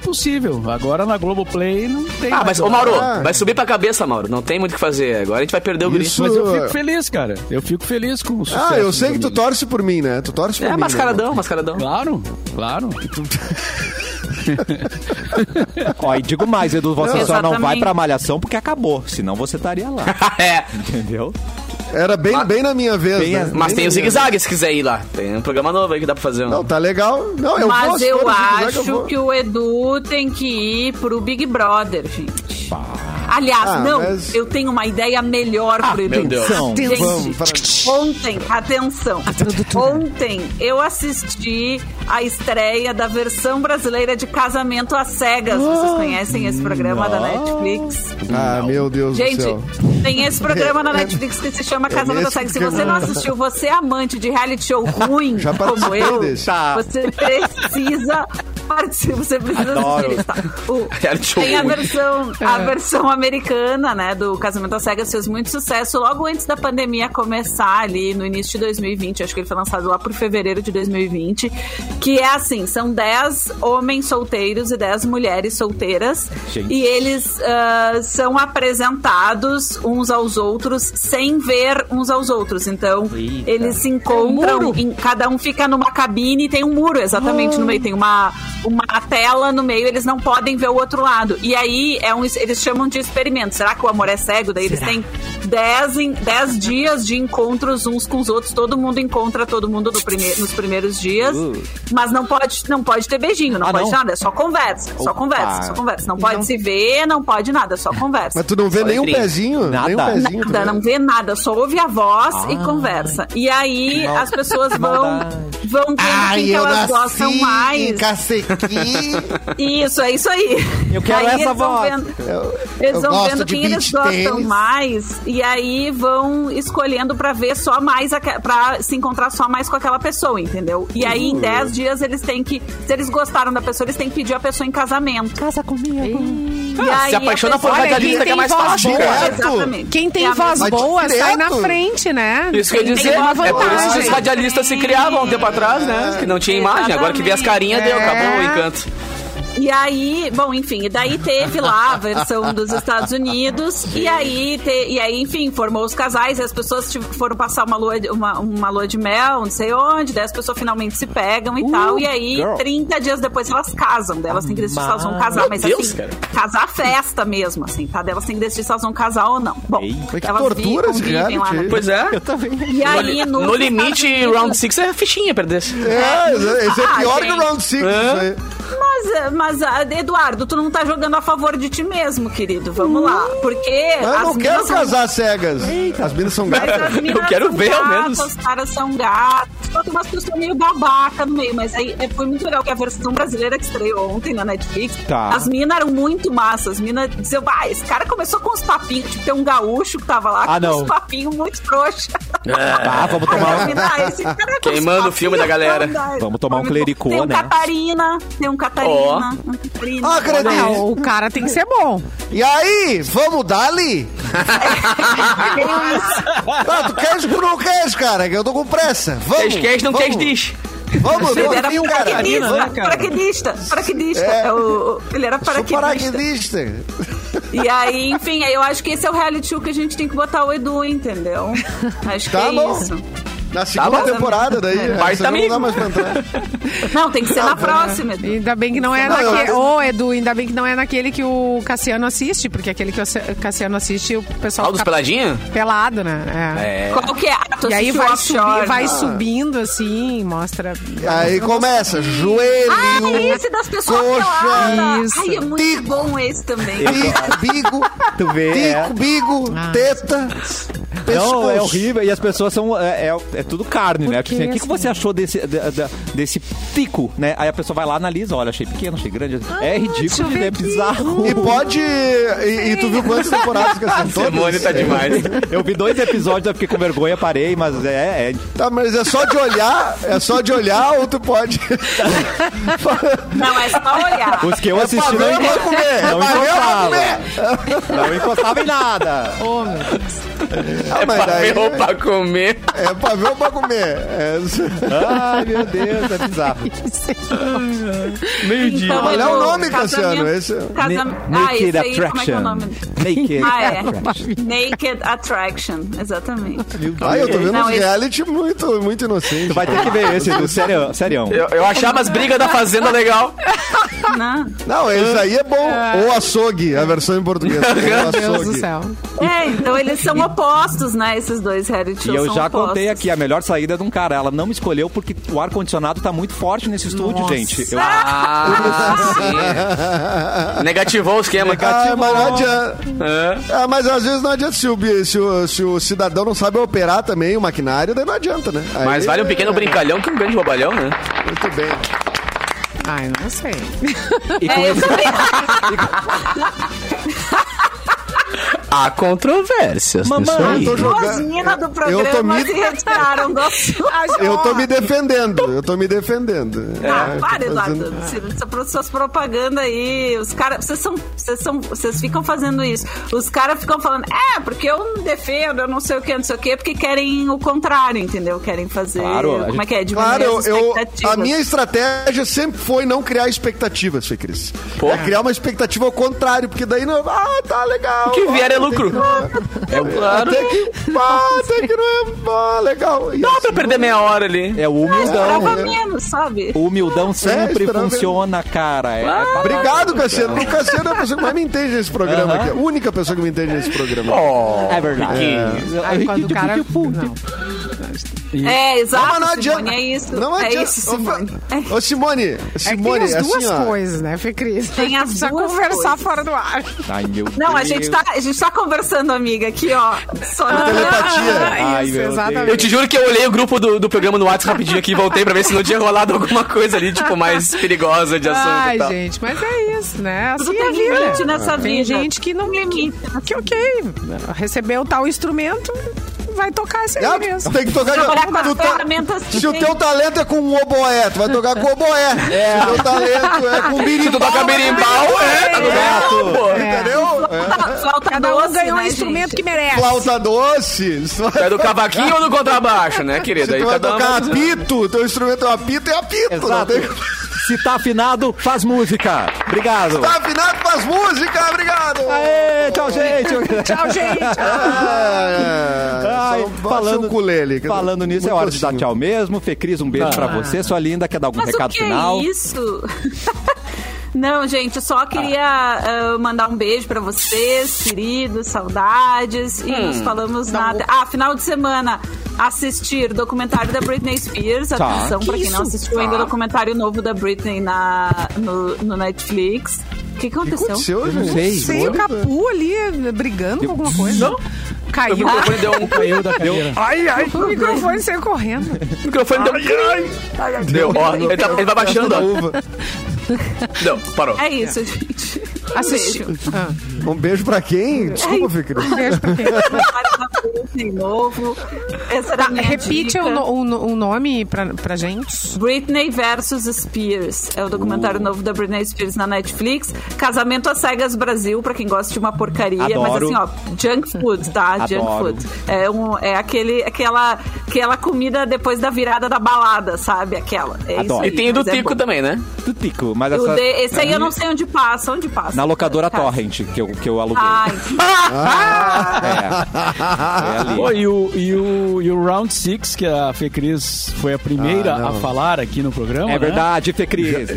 Speaker 7: impossível. Agora na Globoplay não tem.
Speaker 3: Ah, mas,
Speaker 7: mais
Speaker 3: ô Mauro,
Speaker 5: Ah.
Speaker 3: vai subir pra cabeça, Mauro. Não tem muito o que fazer. Agora a gente vai perder o
Speaker 5: Isso.
Speaker 3: grito.
Speaker 7: Mas eu fico feliz, cara. Eu fico feliz com o sucesso.
Speaker 5: Ah, eu
Speaker 7: do
Speaker 5: sei que tu
Speaker 7: Domingos.
Speaker 5: torce por mim, né? Tu torce por mim.
Speaker 3: É,
Speaker 5: né?
Speaker 3: mascaradão, mascaradão.
Speaker 7: Claro, claro.
Speaker 1: Ó, e digo mais, Edu, você
Speaker 4: Não,
Speaker 1: só não vai
Speaker 4: exatamente.
Speaker 1: pra malhação porque acabou. Senão você estaria lá,
Speaker 3: é.
Speaker 1: entendeu?
Speaker 5: Era bem, bem na minha vez,
Speaker 1: Bem
Speaker 5: né?
Speaker 1: a-
Speaker 5: Bem
Speaker 3: Mas
Speaker 5: na
Speaker 3: tem
Speaker 5: minha-
Speaker 3: o zigue-zague se quiser ir lá. Tem um programa novo aí que dá pra fazer.
Speaker 5: Não,
Speaker 3: Um...
Speaker 5: tá legal. Não, eu vou,
Speaker 4: Mas
Speaker 5: se
Speaker 4: eu
Speaker 5: for, se quiser
Speaker 4: acho
Speaker 5: é eu vou.
Speaker 4: que o Edu tem que ir pro Big Brother, gente. Aliás,
Speaker 5: Ah,
Speaker 4: não,
Speaker 5: mas-
Speaker 4: eu tenho uma ideia melhor pro Edu.
Speaker 3: Ah, meu Deus.
Speaker 1: Atenção.
Speaker 4: Gente,
Speaker 5: Vamos, fala.
Speaker 4: ontem, atenção, ontem eu assisti a estreia da versão brasileira de Casamento às Cegas. Vocês conhecem esse programa da Netflix?
Speaker 5: Ah, meu Deus do
Speaker 4: Gente,
Speaker 5: céu. É,
Speaker 4: tem esse programa na Netflix que se chama Casamento às Cegas.
Speaker 5: nesse
Speaker 4: Se
Speaker 5: programa.
Speaker 4: você não assistiu, você é amante de reality show ruim,
Speaker 5: Já
Speaker 4: como
Speaker 5: participei
Speaker 4: eu,
Speaker 5: desse.
Speaker 1: Tá.
Speaker 4: você precisa participar, você precisa
Speaker 1: Adoro.
Speaker 4: assistir. Tá. O-
Speaker 3: Reality show
Speaker 4: tem a
Speaker 3: ruim.
Speaker 4: versão, a versão americana, né, do Casamento às Cegas fez muito sucesso logo antes da pandemia começar ali no início de 2020, acho que ele foi lançado lá por fevereiro de 2020, que é assim, são 10 homens solteiros e 10 mulheres solteiras
Speaker 1: Gente.
Speaker 4: e eles ah, são apresentados uns aos outros sem ver uns aos outros, então eles se encontram, em- cada um fica numa cabine e tem um muro exatamente no meio, tem uma, uma tela no meio, eles não podem ver o outro lado. E aí é um, es- eles chamam de experimento. Será que o amor é cego? Daí eles têm 10 em- 10 dias de encontros uns com os outros, todo mundo encontra todo mundo no prime- nos primeiros dias, mas não pode não pode ter beijinho, não
Speaker 1: Ah,
Speaker 4: pode
Speaker 1: não?
Speaker 4: nada, é só conversa, só conversa, só conversa, não pode se ver, não pode nada, é só conversa.
Speaker 5: Mas tu não vê nenhum
Speaker 3: intriga.
Speaker 5: pezinho?
Speaker 1: Nada.
Speaker 5: Nenhum pezinho. tu
Speaker 4: Nada,
Speaker 5: vê?
Speaker 4: não vê nada, só ouve a voz e conversa. E aí as pessoas vão vão vendo quem que elas gostam mais. Isso, é isso aí.
Speaker 1: Eu quero
Speaker 4: Aí
Speaker 1: essa
Speaker 4: eles vão
Speaker 1: voz.
Speaker 4: vendo- eles vão vendo quem eles gostam mais e aí vão escolhendo pra ver só mais aque- pra se encontrar só mais com aquela pessoa, entendeu? E aí em 10 dias eles têm que, se eles gostaram da pessoa, eles têm que pedir a pessoa em casamento. Casa comigo. E
Speaker 3: Ah,
Speaker 4: aí
Speaker 3: se apaixona
Speaker 4: a
Speaker 3: por
Speaker 4: pessoa-
Speaker 3: radialista
Speaker 2: quem
Speaker 3: que é mais
Speaker 2: tem voz
Speaker 3: fácil.
Speaker 5: boa.
Speaker 3: cara.
Speaker 5: Exatamente.
Speaker 2: Quem tem
Speaker 4: É a
Speaker 2: voz
Speaker 5: mesma-
Speaker 2: boa
Speaker 5: Vai
Speaker 2: sai na
Speaker 5: direto.
Speaker 2: frente, né?
Speaker 3: Isso que eu ia
Speaker 2: Tem
Speaker 3: dizer.
Speaker 2: uma
Speaker 3: É por isso que os
Speaker 2: vantagem.
Speaker 3: radialistas se criavam um tempo atrás, né? Que não tinha imagem. Agora que vê as carinhas, deu. Acabou o encanto.
Speaker 4: E aí, bom, enfim, e daí teve lá a versão dos Estados Unidos. E aí, te- e aí, enfim, formou os casais e as pessoas tive- foram passar uma lua, de- uma, uma lua de mel, não sei onde, daí as pessoas finalmente se pegam e tal. E aí,
Speaker 1: girl.
Speaker 4: 30 dias depois elas casam. Daí elas têm que decidir se elas vão casar,
Speaker 3: Meu
Speaker 4: mas
Speaker 3: Deus,
Speaker 4: assim,
Speaker 3: cara.
Speaker 4: casar festa mesmo, assim, tá? Daí elas têm que decidir se elas vão casar ou não. Bom,
Speaker 5: Mas que
Speaker 4: elas vi-
Speaker 5: tortura esse
Speaker 4: convivem lá
Speaker 5: reality
Speaker 4: na-
Speaker 5: aí.
Speaker 3: Pois é.
Speaker 1: Eu também.
Speaker 4: E
Speaker 3: No,
Speaker 4: aí,
Speaker 3: li-
Speaker 4: nos
Speaker 3: no
Speaker 4: Estados
Speaker 3: limite,
Speaker 4: Unidos-
Speaker 3: round 6 é fichinha, perder.
Speaker 5: É, esse é
Speaker 4: Ah,
Speaker 5: pior que o
Speaker 4: gente.
Speaker 5: Round Six. isso aí.
Speaker 4: Mas, mas, ah, Eduardo, tu não tá jogando a favor de ti mesmo, querido. Vamos lá. Porque.
Speaker 5: Mas eu
Speaker 4: as
Speaker 5: não
Speaker 4: minas
Speaker 5: quero
Speaker 4: são-
Speaker 5: casar cegas. As minas são
Speaker 4: mas as
Speaker 5: gatas.
Speaker 4: minas
Speaker 3: Eu quero
Speaker 4: são
Speaker 3: ver, ao
Speaker 4: gatas,
Speaker 3: menos.
Speaker 4: Os caras são gatos. Só tem umas pessoas meio babaca no meio. Mas aí é, foi muito legal que a versão brasileira que estreou ontem na Netflix.
Speaker 1: Tá.
Speaker 4: As minas eram muito massas. As minas diziam, ah, esse cara começou com uns papinhos. Tipo, tem um gaúcho que tava lá
Speaker 1: Ah,
Speaker 4: com
Speaker 1: não.
Speaker 4: uns papinhos muito trouxa.
Speaker 1: Tá, vamos tomar
Speaker 4: Aí,
Speaker 1: uma.
Speaker 4: mina, ah, esse cara com
Speaker 3: É. Queimando
Speaker 4: uns
Speaker 3: o filme da
Speaker 4: papinhos,
Speaker 3: galera.
Speaker 4: não dá.
Speaker 1: Vamos tomar um clericô,
Speaker 4: Tem um
Speaker 1: né?
Speaker 4: Catarina, tem um Catarina. Um Catarina.
Speaker 5: Ah, acredito.
Speaker 2: Ah, o cara tem que ser bom.
Speaker 5: E aí, vamos dali? ah, tu queres ou não queres, cara? Que eu tô com pressa. Vamos.
Speaker 3: Esquece, não
Speaker 5: vamos.
Speaker 3: quer diz.
Speaker 5: Vamos,
Speaker 4: Ele
Speaker 5: eu
Speaker 4: era
Speaker 5: vi um cara.
Speaker 7: paraquedista,
Speaker 4: paraquedista,
Speaker 7: né,
Speaker 4: paraquedista,
Speaker 7: cara?
Speaker 4: paraquedista.
Speaker 5: É.
Speaker 4: É o- o- ele era
Speaker 5: Sou
Speaker 4: paraquedista.
Speaker 5: paraquedista.
Speaker 4: E aí, enfim, aí eu acho que esse é o reality show que a gente tem que botar o Edu, entendeu? Acho que
Speaker 5: Tá
Speaker 4: é
Speaker 5: bom.
Speaker 4: isso.
Speaker 5: Na segunda
Speaker 3: Tá bom.
Speaker 5: temporada daí.
Speaker 3: Quarta
Speaker 5: essa já não
Speaker 3: amigo.
Speaker 5: dá mais pra entrar.
Speaker 4: Não, tem que
Speaker 5: Tá
Speaker 4: ser na próxima. Edu.
Speaker 2: Ainda bem que não é
Speaker 5: Não, eu-
Speaker 2: naquele.
Speaker 5: eu-
Speaker 2: Ô, Edu, ainda bem que não é naquele que o Cassiano assiste, porque aquele que o Cassiano assiste, o pessoal
Speaker 3: Fala dos
Speaker 2: fica
Speaker 3: peladinhos?
Speaker 2: pelado, né?
Speaker 3: É.
Speaker 4: Qual que é? Ah, tu
Speaker 2: E aí
Speaker 4: assistiu
Speaker 2: vai,
Speaker 4: Offshore,
Speaker 2: subir, vai
Speaker 5: Ah,
Speaker 4: né?
Speaker 2: subindo assim, mostra.
Speaker 5: Aí começa, joelho.
Speaker 2: é
Speaker 4: Ah, esse das pessoas
Speaker 5: Coxa.
Speaker 4: peladas.
Speaker 2: Isso.
Speaker 4: Ai, é muito
Speaker 5: Tico.
Speaker 4: bom esse também.
Speaker 5: Bico, bigo,
Speaker 1: Tu vê, é.
Speaker 5: tico, bigo,
Speaker 2: Ah.
Speaker 5: teta, pescoço.
Speaker 1: Não, é horrível. E as pessoas são. É, é, é tudo carne,
Speaker 2: Por
Speaker 1: né?
Speaker 2: que
Speaker 1: Tipo assim, o que,
Speaker 2: assim?
Speaker 1: que você achou desse, da- da- desse tico, né? Aí a pessoa vai lá, analisa, olha, achei pequeno, achei grande.
Speaker 4: Ah,
Speaker 1: é
Speaker 2: deixa eu
Speaker 1: ridículo,
Speaker 2: ver
Speaker 1: né? é
Speaker 2: aqui.
Speaker 1: bizarro.
Speaker 5: E pode. E, e tu viu quantas temporadas que são todas?
Speaker 3: Simone tá demais.
Speaker 1: Eu vi dois episódios, eu fiquei com vergonha, parei, mas é. é-
Speaker 5: Tá, mas é só de olhar, é só de olhar ou tu pode.
Speaker 4: Não, é só olhar.
Speaker 1: Os que eu
Speaker 5: é
Speaker 1: assisti não,
Speaker 5: pavê, eu vou
Speaker 1: enco-
Speaker 5: comer.
Speaker 1: não
Speaker 5: é pavê, eu vou
Speaker 1: encostava.
Speaker 5: comer.
Speaker 1: não encostava em nada.
Speaker 2: Ô, meu.
Speaker 1: É
Speaker 5: Ah, mas daí,
Speaker 3: Ferrou pra comer.
Speaker 5: é pavê ou pra comer? É-
Speaker 1: Ai, meu Deus, é bizarro.
Speaker 3: Meio dia.
Speaker 5: Qual é o
Speaker 4: Então, Edu,
Speaker 5: nome, Cassiano?
Speaker 4: casamento-
Speaker 5: Esse... é
Speaker 4: Casam... Ah, esse aí, como é que é o nome?
Speaker 1: Naked
Speaker 4: Ah, é.
Speaker 1: Attraction.
Speaker 4: Naked Attraction, exatamente.
Speaker 5: Ai, eu tô vendo
Speaker 4: Não,
Speaker 5: um
Speaker 4: esse-
Speaker 5: reality muito, muito inocente.
Speaker 1: Tu vai ter que ver esse, Edu, sério, sério.
Speaker 3: Eu, eu achava as brigas da Fazenda legal.
Speaker 4: Não.
Speaker 5: Não, esse aí é bom. Ou açougue, a versão em português. Ou
Speaker 2: Meu Ah. Deus do
Speaker 5: açougue.
Speaker 2: céu.
Speaker 4: É, então eles são opostos, né? Esses dois reality
Speaker 1: E
Speaker 4: shows
Speaker 1: eu
Speaker 4: são
Speaker 1: já
Speaker 4: opostos.
Speaker 1: contei aqui, a melhor saída é de um cara. Ela não me escolheu porque o ar-condicionado tá muito forte nesse estúdio, gente. Eu-
Speaker 3: Ah, sim. Negativou o esquema.
Speaker 5: Ah, mas não adianta.
Speaker 3: né? É.
Speaker 5: Ah, mas às vezes não adianta se o, bi- se o- se o cidadão não sabe operar também o maquinário, daí não adianta, né? Aí-
Speaker 3: Mas vale um pequeno brincalhão que um grande bobalhão, né?
Speaker 5: Muito bem.
Speaker 2: Ai, não sei.
Speaker 1: E com
Speaker 4: É, eu
Speaker 1: esse-
Speaker 4: também.
Speaker 3: Há controvérsias. nisso
Speaker 1: Mamãe,
Speaker 3: aí.
Speaker 5: Eu tô
Speaker 4: As
Speaker 5: jogando.
Speaker 4: meninas do programa
Speaker 5: Eu É, tô me-
Speaker 4: se retiraram do assunto.
Speaker 5: Eu tô me defendendo, eu tô me defendendo.
Speaker 4: Ah, para,
Speaker 5: É, tô fazendo-
Speaker 4: Eduardo. Se- se- Suas propagandas aí, os caras. Vocês são. Vocês são. Vocês ficam fazendo isso. Os caras ficam falando, é, porque eu não defendo, eu não sei o que, não sei o que, porque querem o contrário, entendeu? Querem fazer.
Speaker 1: Claro, a
Speaker 4: como é
Speaker 1: gente-
Speaker 4: que é? Diminuir
Speaker 5: Claro, eu,
Speaker 4: as
Speaker 5: eu-
Speaker 4: expectativas.
Speaker 5: a minha estratégia sempre foi não criar expectativas, Fê Cris. É criar uma expectativa ao contrário, porque daí não. Ah, tá legal.
Speaker 3: O que vier é lucro.
Speaker 5: É
Speaker 3: um claro.
Speaker 5: Até que. Ah, até que não é. Ah, legal. E
Speaker 3: Dá
Speaker 5: assim,
Speaker 3: pra perder meia hora ali.
Speaker 1: É o
Speaker 4: Esperava
Speaker 1: humildão.
Speaker 5: né?
Speaker 4: menos, sabe?
Speaker 1: O humildão sempre
Speaker 5: É, esperava-
Speaker 1: funciona, cara. É-
Speaker 4: Ah.
Speaker 1: é babado.
Speaker 5: Obrigado, Cassiano. O Cassiano é a pessoa que mais me entende nesse programa aqui. A única pessoa que me entende nesse programa.
Speaker 1: É verdade.
Speaker 3: Riquinho.
Speaker 1: É.
Speaker 2: Ai, quando o cara.
Speaker 5: tipo,
Speaker 2: Não.
Speaker 4: É, exato.
Speaker 5: Não, mas não adianta.
Speaker 4: Simone, é isso.
Speaker 5: Não
Speaker 4: é
Speaker 5: adianta.
Speaker 4: isso, Simone.
Speaker 5: Ô, Ô, Simone,
Speaker 2: É que
Speaker 5: Simone,
Speaker 2: tem as duas
Speaker 5: assim, ó.
Speaker 2: coisas, né, Fê Cris?
Speaker 4: Tem as
Speaker 2: Precisa
Speaker 4: duas
Speaker 2: conversar
Speaker 4: coisas.
Speaker 2: fora do ar.
Speaker 1: Ai, meu
Speaker 4: Não, a
Speaker 1: Deus.
Speaker 4: gente, tá, a gente tá conversando, amiga, aqui, ó. Só
Speaker 2: Ah,
Speaker 4: tá
Speaker 5: Telepatia.
Speaker 1: Ai,
Speaker 2: É Isso,
Speaker 1: meu Deus.
Speaker 2: exatamente.
Speaker 3: Eu te juro que eu olhei o grupo do, do programa no WhatsApp rapidinho aqui e voltei pra ver se não tinha rolado alguma coisa ali, tipo, mais perigosa de assunto
Speaker 2: Ai,
Speaker 3: e tal.
Speaker 2: gente, mas é isso, né?
Speaker 4: Tudo tá
Speaker 2: Assim é a
Speaker 4: tem
Speaker 2: vida.
Speaker 4: limite nessa
Speaker 2: Tem
Speaker 4: vida.
Speaker 2: gente que não.
Speaker 4: Tem
Speaker 2: Que,
Speaker 4: limite.
Speaker 2: que ok, recebeu tal instrumento, vai tocar esse
Speaker 5: Ah,
Speaker 2: aí é mesmo.
Speaker 5: tem que tocar
Speaker 4: Trabalhar com as
Speaker 5: tu tá-
Speaker 4: ferramentas que
Speaker 5: Se o
Speaker 4: tem.
Speaker 5: teu talento é com um oboé, tu vai tocar com o oboé. Se o teu talento é com
Speaker 3: Se tu
Speaker 5: birimbau,
Speaker 3: toca berimbau, é, tá no
Speaker 1: Exato.
Speaker 3: pô.
Speaker 5: entendeu? É.
Speaker 4: Falta, tá, falta
Speaker 2: Cada
Speaker 4: doce,
Speaker 2: um ganhou
Speaker 4: né,
Speaker 2: um instrumento
Speaker 4: gente?
Speaker 2: que merece.
Speaker 5: Flauta doce. Se tu vai,
Speaker 3: É do cavaquinho ou do contrabaixo, né,
Speaker 5: se
Speaker 3: querida?
Speaker 5: tu
Speaker 3: Aí
Speaker 5: vai
Speaker 3: cada um
Speaker 5: tocar
Speaker 3: vai-
Speaker 5: apito, teu instrumento é apito, é apito. Não
Speaker 1: Exato.
Speaker 5: tem...
Speaker 1: Se tá afinado, faz música. Obrigado.
Speaker 5: Tá afinado com as músicas, obrigado.
Speaker 1: Aê, tchau, gente.
Speaker 2: Tchau, gente.
Speaker 5: É,
Speaker 1: Ai,
Speaker 5: só- só o ukulele, que-
Speaker 1: falando nisso, é
Speaker 5: muito
Speaker 1: hora de dar
Speaker 5: docinho. Ah.
Speaker 1: tchau mesmo. Fê Cris, um beijo pra você, sua linda. Quer dar algum
Speaker 4: Mas
Speaker 1: recado
Speaker 4: o que
Speaker 1: final?
Speaker 4: é isso? Não, gente, eu só queria ah, mandar um beijo pra vocês, queridos, saudades.
Speaker 2: Hum.
Speaker 4: E nos falamos
Speaker 2: Tá
Speaker 4: nada. Ah, final de semana, assistir o documentário da Britney Spears.
Speaker 1: Tá.
Speaker 4: Atenção pra
Speaker 2: Que
Speaker 4: quem não
Speaker 2: isso? Tá.
Speaker 4: assistiu ainda o documentário novo da Britney na, no, no Netflix. O que
Speaker 5: O que
Speaker 4: aconteceu?
Speaker 5: aconteceu,
Speaker 1: Não
Speaker 5: gente?
Speaker 1: sei.
Speaker 2: Sei Assim, o Capu ali eh, brigando com alguma coisa.
Speaker 3: O
Speaker 2: Caiu.
Speaker 3: microfone deu um...
Speaker 7: Caiu da cadeira.
Speaker 3: Ai, ai.
Speaker 2: O microfone saiu correndo.
Speaker 3: O microfone deu... Deu, ó. Ele, tá, ele vai baixando,
Speaker 5: Da
Speaker 3: ó.
Speaker 5: uva.
Speaker 3: Não, parou.
Speaker 4: É isso, gente.
Speaker 2: Assisti.
Speaker 4: Um beijo.
Speaker 2: Ah,
Speaker 5: Um beijo pra quem? Desculpa, Fê Cris.
Speaker 2: um beijo pra quem.
Speaker 4: Documentário da Britney novo. Essa era a minha
Speaker 2: Repite
Speaker 4: dica.
Speaker 2: o, no- o no- o nome pra, pra gente.
Speaker 4: Britney versus Spears. É o documentário novo da Britney Spears na Netflix. Casamento às Cegas Brasil, pra quem gosta de uma porcaria.
Speaker 1: Adoro.
Speaker 4: Mas assim, ó, junk food, tá? Junk
Speaker 1: Adoro.
Speaker 4: food. É, um, é aquele, aquela, aquela comida depois da virada da balada, sabe? Aquela. É
Speaker 1: Adoro.
Speaker 4: Isso aí,
Speaker 1: E
Speaker 3: E tem o do
Speaker 4: mas é
Speaker 3: Tico
Speaker 4: bom.
Speaker 3: também, né?
Speaker 1: Do Tico, mas
Speaker 4: O
Speaker 1: essa...
Speaker 4: de- esse aí eu não Tá. sei onde passa. Ah, Onde passa?
Speaker 1: Na Uhum. locadora
Speaker 4: Cara. tá.
Speaker 1: Torrent, que eu, que eu aluguei.
Speaker 4: Ai,
Speaker 1: É. ali.
Speaker 7: Pô, e, o, e, o, e o Round Six que a Fecris foi a primeira
Speaker 5: Ah, não.
Speaker 7: a falar aqui no programa,
Speaker 1: É
Speaker 7: né?
Speaker 1: verdade, Fê Cris.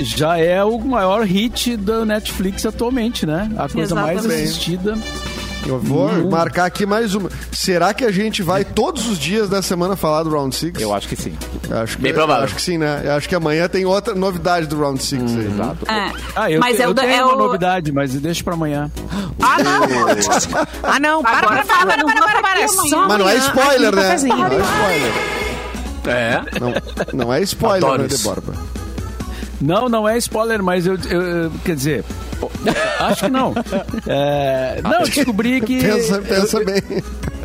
Speaker 7: já é o maior hit da Netflix atualmente, né? A coisa mais
Speaker 4: Exatamente.
Speaker 7: assistida.
Speaker 5: Eu vou
Speaker 7: Hum.
Speaker 5: marcar aqui mais uma. Será que a gente vai todos os dias da semana falar do Round Six?
Speaker 1: Eu acho que sim.
Speaker 5: Acho que,
Speaker 3: Bem provável.
Speaker 5: Acho que sim, né? Eu acho que amanhã tem outra novidade do Round Six aí.
Speaker 1: Hum,
Speaker 5: Exato.
Speaker 4: É.
Speaker 7: Ah, eu,
Speaker 4: mas
Speaker 7: te-
Speaker 4: é
Speaker 7: eu
Speaker 4: o da-
Speaker 7: tenho
Speaker 4: é
Speaker 7: uma
Speaker 4: o-
Speaker 7: novidade, mas deixa pra amanhã.
Speaker 4: Ah, não!
Speaker 2: Ah, não, para, para, para,
Speaker 4: Agora
Speaker 2: para,
Speaker 4: falando,
Speaker 2: para, para,
Speaker 4: amanhã.
Speaker 2: é só
Speaker 5: Mas não é
Speaker 2: amanhã,
Speaker 5: spoiler,
Speaker 2: aqui no
Speaker 5: né?
Speaker 2: cafezinho.
Speaker 5: Não é spoiler.
Speaker 3: É.
Speaker 5: Não, não é spoiler,
Speaker 3: Adoro
Speaker 5: né,
Speaker 3: isso.
Speaker 5: Deborba?
Speaker 7: Não, não é spoiler, mas eu. eu- eu- quer dizer. pô, Acho que não. É, não, eu descobri que.
Speaker 5: Pensa, pensa bem.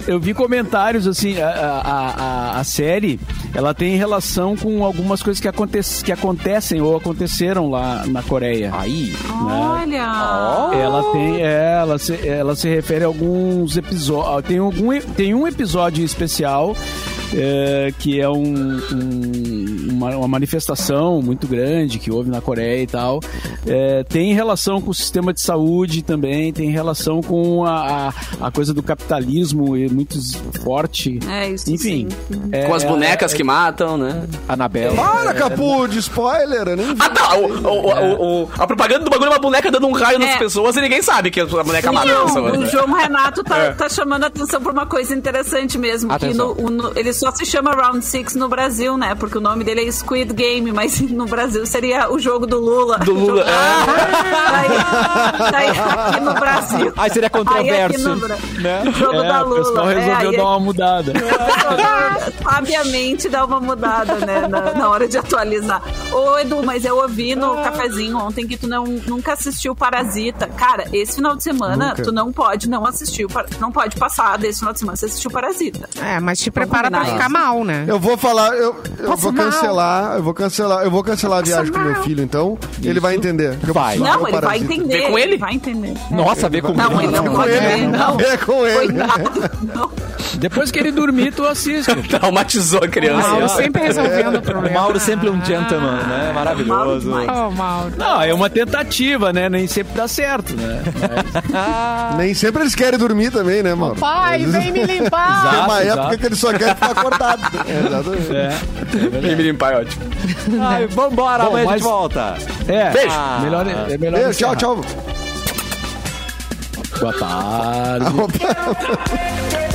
Speaker 7: Eu vi comentários assim, a, a, a- a série, ela tem relação com algumas coisas que, aconte, que acontecem ou aconteceram lá na Coreia.
Speaker 1: Aí.
Speaker 4: Olha!
Speaker 7: Ela tem, é, ela se, ela se refere a alguns episódios, tem algum, e- tem um episódio em especial é, que é um, um- uma, uma manifestação muito grande que houve na Coreia e tal. É, tem relação com o sistema de saúde também, tem relação com a, a, a coisa do capitalismo e muito forte.
Speaker 4: É isso.
Speaker 7: Enfim,
Speaker 4: sim.
Speaker 7: é,
Speaker 3: Com as
Speaker 7: é-
Speaker 3: bonecas que matam, né?
Speaker 1: Anabela.
Speaker 5: Para, Capu, de spoiler. Eu nem vi.
Speaker 3: Ah, tá. O, o- o- o- a propaganda do bagulho é uma boneca dando um raio nas
Speaker 4: É.
Speaker 3: pessoas e ninguém sabe que a boneca mata a
Speaker 4: Não,
Speaker 3: pessoa.
Speaker 4: o
Speaker 3: né?
Speaker 4: João Renato
Speaker 7: É.
Speaker 4: tá, tá chamando a atenção por uma coisa interessante mesmo. Que
Speaker 1: Atenção.
Speaker 4: no- o- no- ele só se chama Round Six no Brasil, né? Porque o nome dele é Squid Game, mas no Brasil seria o jogo do Lula.
Speaker 3: Do Lula,
Speaker 4: O jogo- Daí- daí aqui no Brasil.
Speaker 1: é. Aí seria controverso, né?
Speaker 4: Aí aqui no Bra- O jogo
Speaker 7: é,
Speaker 4: da
Speaker 7: o pessoal
Speaker 4: Lula. é,
Speaker 7: resolveu
Speaker 4: aí
Speaker 7: dar uma mudada.
Speaker 4: Sabiamente dá uma mudada, né? Na, na hora de atualizar. Ô, Edu, mas eu ouvi no cafezinho ontem que tu não, nunca assistiu Parasita. Cara, esse final de semana, tu não pode não assistir. o Par- Não pode passar desse final de semana você assistiu Parasita.
Speaker 2: É, mas te prepara pra
Speaker 4: combinar
Speaker 2: ficar mal, né?
Speaker 5: Eu vou falar, eu, eu
Speaker 2: Passa
Speaker 5: vou
Speaker 2: mal.
Speaker 5: cancelar, eu vou cancelar, eu vou cancelar a viagem com meu
Speaker 2: mal.
Speaker 5: filho, então. Ele vai entender. Eu
Speaker 1: Vai.
Speaker 5: preciso
Speaker 4: Não,
Speaker 5: ver o
Speaker 4: ele vai
Speaker 5: Parasita.
Speaker 4: entender.
Speaker 3: Vem com ele?
Speaker 4: vai entender.
Speaker 1: Nossa, vê como.
Speaker 4: Não, ele não
Speaker 5: Com
Speaker 4: pode
Speaker 5: ele,
Speaker 4: ver, não.
Speaker 5: É com ele.
Speaker 4: Coitado, não.
Speaker 7: Depois que ele dormir, tu assiste.
Speaker 3: Traumatizou a
Speaker 2: O
Speaker 3: criança.
Speaker 2: Mauro sempre resolvendo o problema.
Speaker 1: O Mauro sempre um gentleman, né?
Speaker 4: Mauro
Speaker 1: Maravilhoso.
Speaker 4: demais.
Speaker 2: Oh, Mauro.
Speaker 7: Não, é uma tentativa, né? Nem sempre dá certo, né?
Speaker 5: Nem sempre eles querem dormir também, né, mano?
Speaker 2: Pai, vem me limpar.
Speaker 5: Tem uma
Speaker 7: Exato,
Speaker 5: época
Speaker 7: exato.
Speaker 5: que eles só querem ficar acordados. É, exatamente.
Speaker 3: Vem me limpar, é ótimo.
Speaker 1: Ai, vambora,
Speaker 7: Bom,
Speaker 1: amanhã a gente
Speaker 7: mas-
Speaker 1: volta.
Speaker 7: É,
Speaker 3: Beijo.
Speaker 7: melhor, é melhor
Speaker 5: Beijo, tchau,
Speaker 7: encerrar.
Speaker 5: tchau.
Speaker 7: Boa tarde.
Speaker 5: Opa.